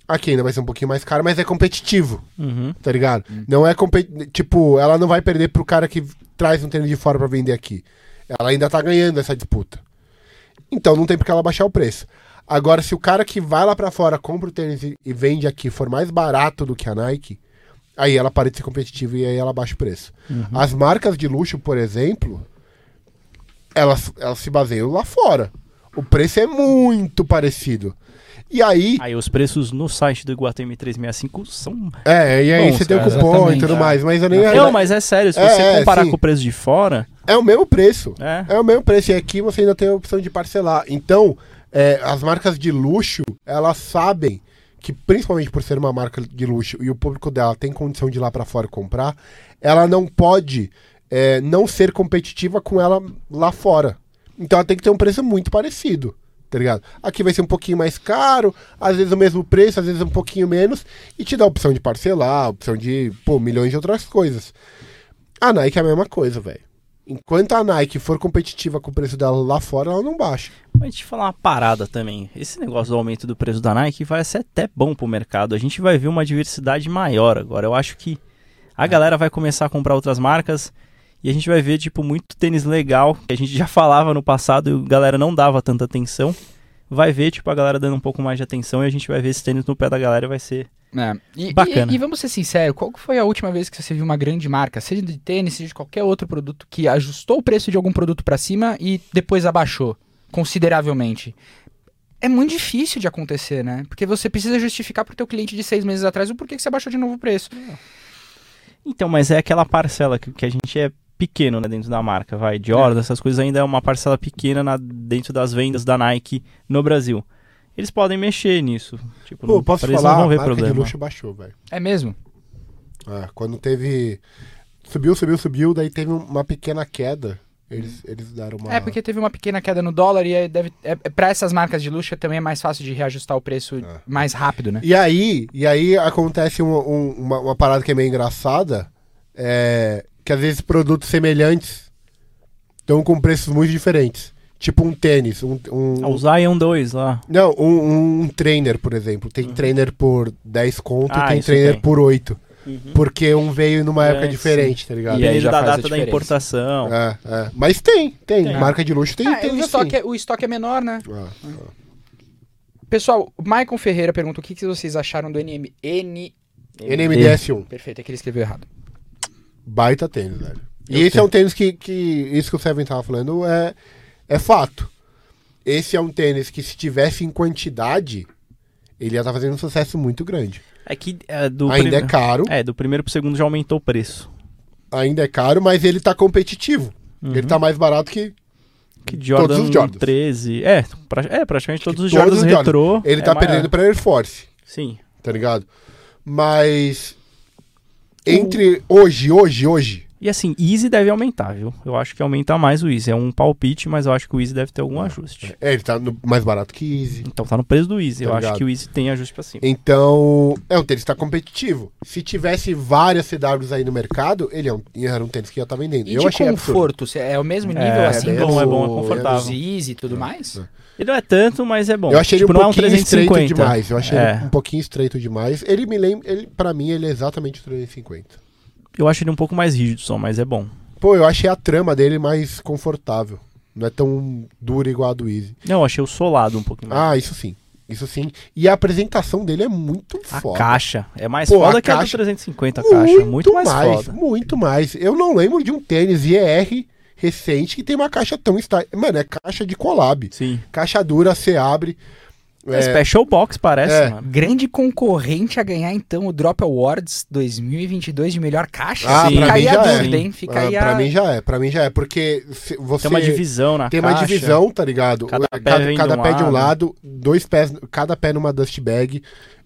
S2: aqui ainda vai ser um pouquinho mais caro, mas é competitivo
S1: Uhum.
S2: tá ligado? Não é competi- tipo, ela não vai perder pro cara que traz um tênis de fora pra vender aqui. Ela ainda tá ganhando essa disputa. Então não tem porque ela baixar o preço. Agora, se o cara que vai lá pra fora, compra o tênis e- e vende aqui for mais barato do que a Nike, aí ela para de ser competitiva e aí ela baixa o preço.
S1: Uhum.
S2: As marcas de luxo, por exemplo, elas, elas se baseiam lá fora. O preço é muito parecido. E aí,
S1: Aí os preços no site do Iguatemi 365 são.
S2: é, e aí
S1: Ah, Bom,
S2: você tem o
S3: cara,
S2: cupom e
S3: exatamente,
S2: tudo
S3: é.
S2: mais, mas eu nem
S1: Não, mas é sério, se
S2: É,
S1: você
S2: é,
S1: comparar
S2: sim.
S1: com o preço de fora,
S2: É o mesmo preço.
S1: é.
S2: É o mesmo preço. E aqui você ainda tem a opção de parcelar. Então, é, as marcas de luxo, elas sabem que, principalmente por ser uma marca de luxo e o público dela tem condição de ir lá pra fora comprar, ela não pode é, não ser competitiva com ela lá fora. Então, ela tem que ter um preço muito parecido. Tá ligado? Aqui vai ser um pouquinho mais caro, às vezes o mesmo preço, às vezes um pouquinho menos, e te dá a opção de parcelar, a opção de, pô, milhões de outras coisas. A Nike é a mesma coisa, velho. Enquanto a Nike for competitiva com o preço dela lá fora, ela não baixa.
S1: Mas te falar uma parada também. Esse negócio do aumento do preço da Nike vai ser até bom pro mercado. A gente vai ver uma diversidade maior agora. Eu acho que a galera vai começar a comprar outras marcas e a gente vai ver, tipo, muito tênis legal que a gente já [laughs] falava no passado e a galera não dava tanta atenção. Vai ver, tipo, a galera dando um pouco mais de atenção e a gente vai ver esse tênis no pé da galera e vai ser.
S3: É. E,
S1: Bacana.
S3: E, e vamos ser sinceros, qual que foi a última vez que você viu uma grande marca, seja de tênis, seja de qualquer outro produto, que ajustou o preço de algum produto pra cima e depois abaixou consideravelmente? É muito difícil de acontecer, né? Porque você precisa justificar pro teu cliente de seis meses atrás o porquê que você abaixou de novo o preço.
S1: Então, mas é aquela parcela que, que a gente é pequeno né, dentro da marca, vai. De Jordan, essas coisas ainda é uma parcela pequena na- dentro das vendas da Nike no Brasil. Eles podem mexer nisso. Tipo,
S2: Pô,
S1: não-
S2: posso
S1: pra eles
S2: falar,
S1: não
S2: a
S1: vão ver
S2: marca
S1: problema.
S2: de luxo baixou, velho.
S3: É mesmo?
S2: É, quando teve... Subiu, subiu, subiu, daí teve uma pequena queda. Eles, eles deram uma...
S3: É, porque teve uma pequena queda no dólar e aí deve. É, é- pra essas marcas de luxo também é mais fácil de reajustar o preço
S2: É.
S3: mais rápido, né?
S2: E aí, e aí acontece um- um- uma, uma parada que é meio engraçada, é, que às vezes produtos semelhantes estão com preços muito diferentes. Tipo um tênis, um, um-
S1: Ah, o Zion 2 lá.
S2: Não, um, um trainer, por exemplo. Tem trainer por 10 conto
S1: Uhum. Ah,
S2: e tem
S1: isso
S2: trainer
S1: tem. Uhum.
S2: por 8. Porque um veio numa época
S1: É,
S2: diferente, tá ligado?
S1: E
S3: aí
S1: ele
S3: já
S1: da
S3: faz a
S1: data da
S3: diferença.
S1: importação.
S2: É, é. Mas tem, tem.
S1: Tem.
S2: Marca de luxo tem,
S3: Ah,
S2: tem
S3: o,
S2: assim.
S3: estoque é, o estoque é menor, né?
S2: Ah,
S3: Pessoal, o Maicon Ferreira pergunta o que, que vocês acharam do NM... N...
S2: NMDS1.
S3: Perfeito, é que ele escreveu errado.
S2: Baita tênis, velho. E
S1: Eu
S2: esse é um tênis que, que. Isso que o Seven tava falando é, é fato. Esse é um tênis que, se tivesse em quantidade, ele ia estar fazendo um sucesso muito grande.
S1: É que é, do
S2: ainda
S1: prime-
S2: é caro,
S1: é, do primeiro pro segundo já aumentou o preço.
S2: ainda é caro, mas ele tá competitivo.
S1: Uhum.
S2: Ele tá mais barato que.
S1: Que Jordan
S2: Todos os Jordans.
S1: 13. É, pra- é praticamente todos os
S2: todos
S1: Jordans
S2: os Jordans.
S1: retrô.
S2: Ele
S1: é
S2: tá
S1: maior.
S2: perdendo pra Air Force.
S1: Sim.
S2: tá ligado? Mas entre hoje, hoje, hoje
S1: E assim, Easy deve aumentar, viu? Eu acho que aumenta mais o Easy. É um palpite, mas eu acho que o Easy deve ter algum ajuste.
S2: É, ele tá no- mais barato que Easy.
S1: Então tá no preço do Easy.
S2: Tá
S1: eu
S2: ligado.
S1: acho que o Easy tem ajuste pra cima.
S2: Então, é um tênis que tá competitivo. Se tivesse várias CWs aí no mercado, ele é um, era um tênis que ia estar vendendo.
S3: E
S2: eu
S3: de
S2: achei absurdo.
S3: conforto? Cê- É o mesmo nível
S1: É,
S3: assim
S2: é
S3: do,
S2: bom, é
S1: bom, é
S3: do
S1: confortável.
S3: Yeezy e tudo mais?
S1: Ele não é tanto, mas é bom.
S2: eu achei ele
S1: tipo,
S2: um
S1: não é um
S2: pouquinho estreito
S1: 350.
S2: demais. Eu achei
S1: É.
S2: ele um pouquinho estreito demais. Ele me lembra, ele, pra mim, ele é exatamente o 350.
S1: Eu acho ele um pouco mais rígido só, mas é bom.
S2: Pô, eu achei a trama dele mais confortável. Não é tão dura igual a do Easy.
S1: Não, eu achei o solado um pouquinho mais.
S2: Ah, isso sim. Isso sim. E a apresentação dele é muito
S1: a
S2: foda.
S1: caixa. É mais
S2: Pô, a
S1: foda que a do
S2: caixa-
S1: 350 a caixa. Muito mais, foda.
S2: Muito mais. Eu não lembro de um tênis IR recente que tem uma caixa tão style. Mano, é caixa de collab.
S1: Sim.
S2: Caixa dura, você abre.
S1: É. Special box parece,
S2: É.
S1: mano.
S3: Grande concorrente a ganhar, então, o Drop Awards 2022 de melhor caixa?
S2: Ah,
S1: Sim.
S2: pra
S3: Fica
S2: mim
S3: aí a
S2: já é.
S3: dúvida, hein? Fica
S2: Ah,
S3: aí
S2: Pra
S3: a...
S2: mim já é, pra mim já é. Porque se- você.
S1: Tem uma divisão na
S2: tem uma
S1: caixa.
S2: divisão, tá ligado?
S1: Cada
S2: É,
S1: pé vem de um
S2: pé de um
S1: lado.
S2: lado, dois pés, cada pé numa dust bag.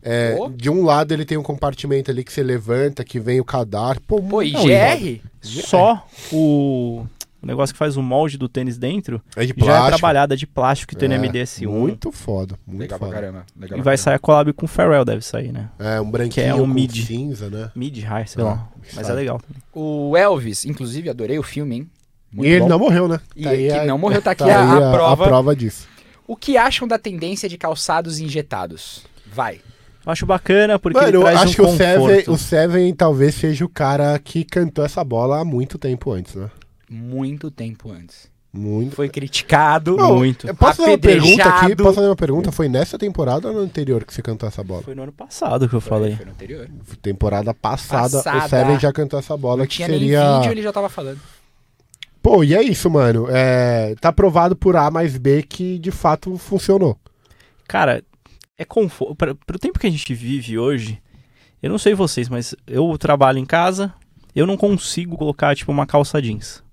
S2: É,
S3: Pô.
S2: De um lado ele tem um compartimento ali que você levanta, que vem o cadarço. Pô,
S3: Pô, e
S2: não,
S3: GR?
S1: Só o... o negócio que faz o molde do tênis dentro
S2: É
S1: já é
S2: de plástico.
S1: trabalhada de plástico um e tem
S2: É,
S1: MDS1.
S2: Muito foda, muito foda.
S3: caramba. Legal
S1: E vai sair a collab com o Pharrell, deve sair, né?
S2: É, um branquinho
S1: Que é um
S2: com
S1: mid.
S2: cinza, né?
S1: Mid, high, sei
S2: Ah,
S1: lá. Mas é
S2: sabe.
S1: legal.
S3: O Elvis, inclusive, adorei o filme, hein? Muito
S2: e ele
S3: bom.
S2: não morreu, né?
S3: E
S2: Tá aí
S3: que
S2: a-
S3: não morreu, tá aqui
S2: tá
S3: a-
S2: aí
S3: a, prova.
S2: disso.
S3: O que acham da tendência de calçados injetados? Vai.
S1: Eu acho bacana porque
S2: Mano,
S1: ele
S2: eu
S1: traz
S2: acho
S1: um
S2: que o Seven,
S1: conforto.
S2: o Seven talvez seja o cara que cantou essa bola há muito tempo antes, né?
S3: Muito tempo antes.
S2: Muito.
S3: Foi
S2: é
S3: criticado.
S1: Não, Muito.
S2: Eu posso fazer uma pergunta aqui?
S3: Apedrejado.
S2: Posso fazer uma pergunta? Foi nessa temporada ou na anterior que você cantou essa bola?
S1: Foi no ano passado que eu falei.
S3: Foi no anterior.
S2: Temporada passada,
S3: Passada.
S2: o Seven já cantou essa bola,
S3: Não
S2: que
S3: tinha
S2: seria...
S3: nem vídeo, ele já tava falando.
S2: Pô, e é isso, mano. É, Tá provado por A mais B que, de fato, funcionou.
S1: Cara, é conforto. Pra, pro tempo que a gente vive hoje, eu não sei vocês, mas eu trabalho em casa, eu não consigo colocar, tipo, uma calça jeans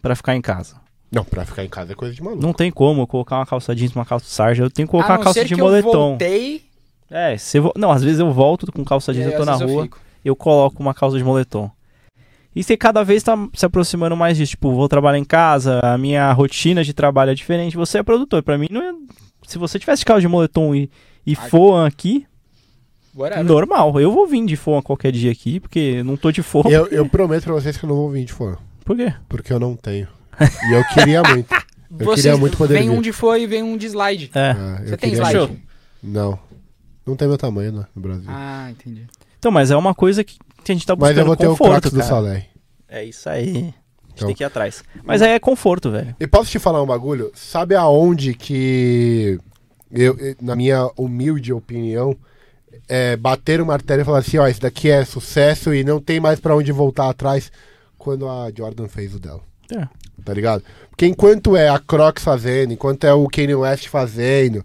S1: pra ficar em casa.
S2: Não, pra ficar em casa é coisa de maluco.
S1: Não tem como eu colocar uma calça jeans, uma calça de sarja, eu tenho que colocar
S3: a
S1: uma
S3: não
S1: calça
S3: ser
S1: de
S3: que Eu
S1: moletom.
S3: voltei,
S1: É, se eu vou- não, às vezes eu volto com calça
S3: e
S1: jeans,
S3: aí,
S1: eu tô
S3: É, às
S1: na
S3: vezes eu
S1: rua,
S3: fico.
S1: eu coloco uma calça de moletom. E você cada vez tá se aproximando mais disso. Tipo, vou trabalhar em casa, a minha rotina de trabalho é diferente. Você é produtor. Pra mim, não é... se você tivesse calça de moletom e, e
S3: Ai.
S1: foan aqui,
S3: Whatever.
S1: normal. Eu vou vir de foan qualquer dia aqui, porque eu não tô de foan.
S2: Eu, eu prometo pra vocês que eu não vou vir de fã.
S1: [laughs] Por quê?
S2: Porque eu não tenho. E eu queria
S1: [laughs]
S2: muito. né? Eu
S3: Vocês-
S2: queria muito poder
S3: Vem
S2: vir.
S3: um de foi e vem um de slide.
S1: É.
S2: Ah, eu
S3: Você tem
S2: queria
S3: slide?
S2: muito. Não. Não tem meu tamanho né, no Brasil.
S3: Ah, entendi.
S1: Então, mas é uma coisa que que a gente tá buscando
S2: Mas eu vou ter
S1: conforto,
S2: o Crocs do
S1: cara.
S2: Salé.
S1: É isso aí. A gente
S2: Então.
S1: tem que ir atrás. Mas aí é conforto, velho.
S2: E posso te falar um bagulho? Sabe aonde que, eu, eu- na minha humilde opinião, é, bater o martelo e falar assim, ó, isso daqui é sucesso e não tem mais pra onde voltar atrás, quando a Jordan fez o dela.
S1: É.
S2: Tá ligado? Porque enquanto é a Crocs fazendo, enquanto é o Kanye West fazendo,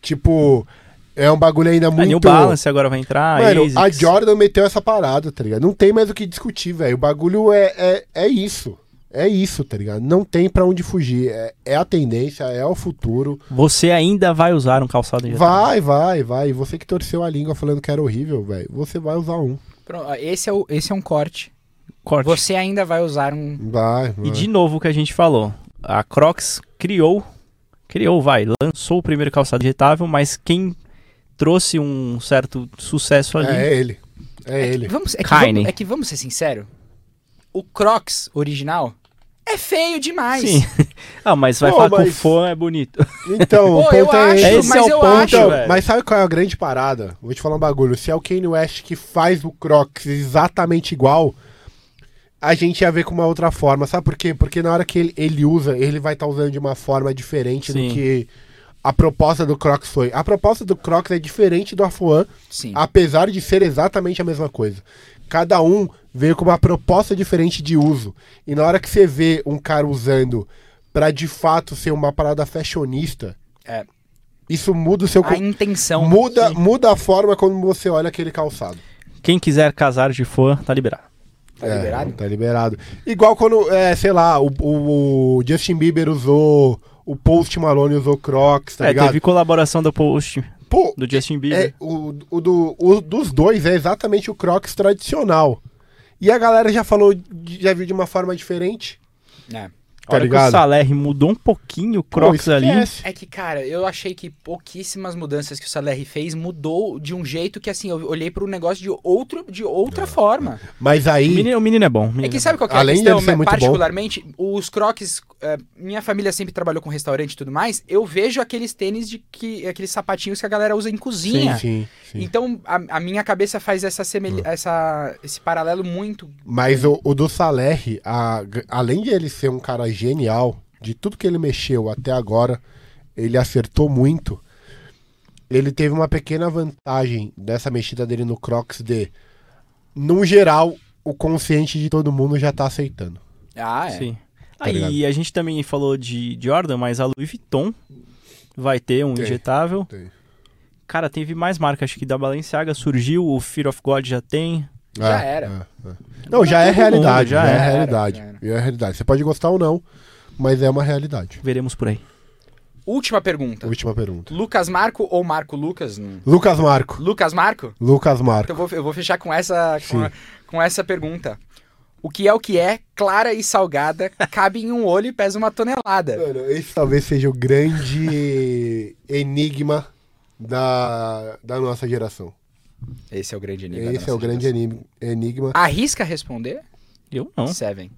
S2: tipo, é um bagulho ainda
S1: A New
S2: muito...
S1: Balance agora vai entrar.
S2: Mano, a
S1: ASICS.
S2: Jordan meteu essa parada, tá ligado? Não tem mais o que discutir, velho. O bagulho é, é, é isso. É isso, tá ligado? Não tem pra onde fugir. É, é a tendência, é o futuro.
S1: Você ainda vai usar um calçado injetado.
S2: Vai, vai, vai. E Você que torceu a língua falando que era horrível, velho. Você vai usar um.
S3: Pronto, ó, esse é, o, esse é um corte.
S1: Corte.
S3: Você ainda vai usar um.
S2: Vai, vai.
S1: E de novo o que a gente falou. A Crocs criou, criou, vai, lançou o primeiro calçado injetável, mas quem trouxe um certo sucesso ali.
S2: É ele. É
S3: É
S2: ele. [laughs]
S3: que vamos, é que
S1: Kanye.
S3: vamos- é que vamos ser sincero. O Crocs original é feio demais.
S1: Sim. [laughs] ah, mas vai
S2: Pô,
S1: falar que o
S2: mas-
S1: fã é bonito.
S2: Então, o
S3: Pô,
S2: ponto
S3: eu
S2: é
S3: acho,
S2: esse.
S1: Esse
S3: mas
S1: é o
S3: eu
S1: ponto,
S3: acho.
S2: Então,
S1: velho.
S2: mas sabe qual é a grande parada? Vou te falar um bagulho. Se é o Kanye West que faz o Crocs exatamente igual, a gente ia ver com uma outra forma. Sabe por quê? Porque na hora que ele, ele usa, ele vai estar usando de uma forma diferente
S1: Sim.
S2: do que a proposta do Crocs foi. A proposta do Crocs é diferente do Afuan,
S3: Sim.
S2: apesar de ser exatamente a mesma coisa. Cada um veio com uma proposta diferente de uso. E na hora que você vê um cara usando pra de fato ser uma parada fashionista,
S3: É. um
S2: isso muda o seu
S3: A
S2: con-
S3: intenção.
S2: muda, muda a forma como você olha aquele calçado.
S1: Quem quiser casar de fã, tá liberado.
S3: Tá
S2: É,
S3: liberado?
S2: Tá liberado. Igual quando, é, sei lá, o, o- o Justin Bieber usou, o Post Malone usou Crocs, tá
S1: é,
S2: ligado? tá
S1: teve colaboração do Post,
S2: Pô,
S1: do Justin Bieber.
S2: é, o, o do, o dos dois é exatamente o Crocs tradicional. E a galera já falou, já viu de uma forma diferente.
S3: É.
S1: A hora que o
S2: ligado?
S1: Saler mudou um pouquinho o Crocs
S2: Pô,
S1: ali.
S2: esquece.
S3: É que, cara, eu achei que pouquíssimas mudanças que o Saler fez mudou de um jeito que, assim, eu olhei pro negócio de, outro, de outra forma.
S2: Mas
S1: O
S2: aí.
S1: menino, o menino é bom. o menino
S3: É que
S1: é
S3: sabe qual que é a
S2: É. Além
S3: questão,
S2: dele ser
S3: né?
S2: muito bom.
S3: particularmente, os crocs, é, minha família sempre trabalhou com restaurante e tudo mais, eu vejo aqueles tênis de que, aqueles sapatinhos que a galera usa em cozinha.
S2: Sim, sim, sim. Hum.
S3: Então, a, a minha cabeça faz essa semel... essa, esse paralelo muito.
S2: Mas o, o do Saler, a- além de ele ser um cara genial, de tudo que ele mexeu até agora, ele acertou muito. Ele teve uma pequena vantagem dessa mexida dele no Crocs de, no geral, o consciente de todo mundo já tá aceitando.
S3: Ah, é.
S1: Sim.
S2: Tá
S1: Aí
S2: ligado?
S1: a gente também falou de Jordan, mas a Louis Vuitton vai ter um
S2: Tem,
S1: injetável.
S2: tem.
S1: Cara, teve mais marca, acho que da Balenciaga surgiu, o Fear of God já tem.
S3: Já era.
S2: é, é. Não, já é
S1: todo
S2: realidade,
S1: mundo, já
S2: já é
S1: era,
S2: realidade.
S3: já era.
S2: Já é realidade. Você pode gostar ou não, mas é uma realidade.
S1: Veremos por aí.
S3: Última pergunta.
S2: Última pergunta.
S3: Lucas Marco ou Marco Lucas? Hum.
S2: Lucas Marco.
S3: Lucas Marco?
S2: Lucas Marco.
S3: Então eu vou, eu vou fechar com essa, com,
S2: Sim.
S3: com essa pergunta. O que é o que é, clara e salgada, cabe em um olho e pesa uma tonelada.
S2: Mano, esse talvez seja o grande enigma da, da nossa geração.
S3: Esse é o grande enigma. da
S2: esse é o
S3: nossa
S2: grande
S3: geração.
S2: enim- enigma.
S3: Arrisca responder?
S1: Eu não.
S3: Seven.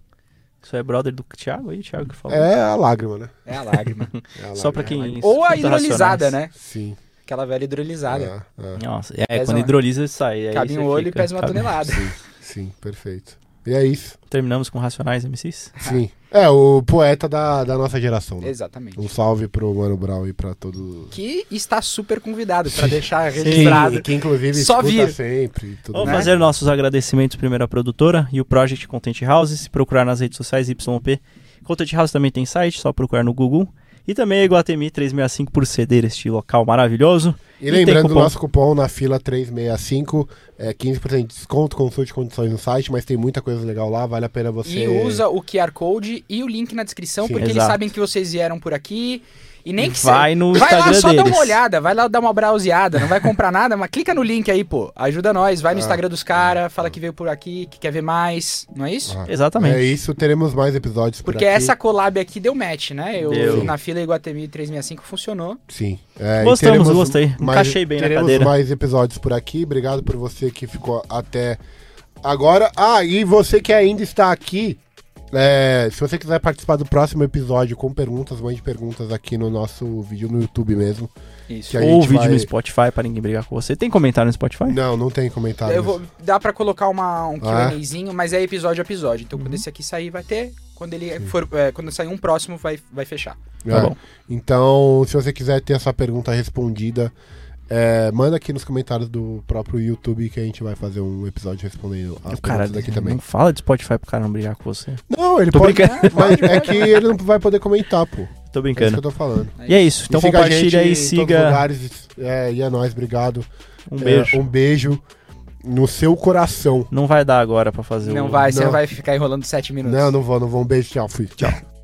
S1: Isso é brother do Thiago aí, Thiago que falou.
S2: É a lágrima, né?
S3: É
S2: [laughs]
S3: a lágrima.
S2: É a
S1: Só
S2: lágrima.
S1: pra quem.
S3: Ou a
S1: escuta
S3: hidrolisada,
S1: Racionais.
S3: né?
S2: Sim.
S3: Aquela velha hidrolisada.
S2: É, é.
S1: Nossa, é,
S3: Pesa
S1: quando
S3: uma-
S1: hidrolisa sai. aí
S3: cabe em
S1: você
S3: um olho e
S1: fica-
S3: pesa uma
S1: cabe-
S3: tonelada.
S2: Sim, perfeito. E é isso.
S1: Terminamos com Racionais MCs?
S2: Sim. É o poeta da, da nossa geração. Né?
S3: Exatamente.
S2: Um salve pro Mano Brown e pra todo.
S3: Que está super convidado pra deixar
S2: Que,
S3: tá registrado.
S2: que inclusive
S3: Só
S2: escuta
S3: vir.
S2: sempre. e Tudo
S1: Vamos
S2: mais.
S1: fazer nossos agradecimentos primeiro à produtora e o Project Content House. Se procurar nas redes sociais YP. Content House também tem site, só procurar no Google. E também a Iguatemi 365 por ceder este local maravilhoso.
S2: E
S1: E
S2: lembrando,
S1: tem
S2: o
S1: cupom.
S2: nosso cupom na fila 365 é 15% de desconto, consulte condições no site, mas tem muita coisa legal lá, vale a pena você.
S3: E usa o QR Code e o link na descrição,
S2: Sim.
S3: porque eles
S1: Exato.
S3: sabem que vocês vieram por aqui. E nem que
S1: Vai no
S3: Vai lá
S1: Instagram
S3: só dar uma
S1: deles.
S3: olhada, vai lá dar uma browseada, não vai comprar nada, mas clica no link aí, pô. Ajuda nós, vai no
S2: Ah,
S3: Instagram dos caras, fala que veio por aqui, que quer ver mais, não é isso?
S2: Ah,
S1: Exatamente.
S2: É isso, teremos mais episódios por
S3: Porque
S2: aqui.
S3: essa collab aqui deu match, né? Eu
S1: Deu.
S3: na fila Iguatemi 365 funcionou.
S2: Sim. É, e
S1: Gostamos,
S2: teremos
S1: gostei.
S2: mais-
S1: Encaixei bem na
S2: teremos
S1: cadeira.
S2: mais episódios por aqui. Obrigado por você que ficou até agora. Ah, e você que ainda está aqui, é, se você quiser participar do próximo episódio com perguntas, mande perguntas aqui no nosso vídeo no YouTube mesmo.
S3: Isso.
S2: Que a
S1: Ou
S2: gente
S1: vídeo
S2: vai-
S1: no Spotify para ninguém brigar com você. Tem comentário no Spotify?
S2: Não, não tem comentário.
S3: Eu vou, dá pra colocar uma, um
S2: Ah. Uhum.
S3: QAzinho, mas é episódio a episódio. Então quando esse aqui sair, vai ter. Quando ele for. é, quando sair um próximo, vai, vai fechar.
S1: Tá
S2: É.
S1: bom.
S2: Então, se você quiser ter a sua pergunta respondida, é, manda aqui nos comentários do próprio YouTube que a gente vai fazer um episódio respondendo as
S1: Cara,
S2: perguntas aqui também.
S1: não fala de Spotify pro cara não brigar com você.
S2: Não, ele
S1: Tô
S2: pode.
S1: brincando.
S2: [laughs]
S3: Ah,
S2: Mas é que ele não vai poder comentar, pô.
S1: Tô
S2: É isso que
S1: brincando.
S2: eu tô falando.
S1: E é isso. Então
S2: E siga a gente
S1: compartilha
S2: em
S1: aí,
S2: todos os
S1: siga.
S2: lugares. É, e é nóis, obrigado.
S1: Um
S2: É,
S1: beijo.
S2: um beijo no seu coração.
S1: Não vai dar agora pra fazer o...
S3: Não vai, você
S2: Não.
S3: vai ficar enrolando sete minutos.
S2: Não, não vou, não vou. Um beijo, tchau, fui. Tchau.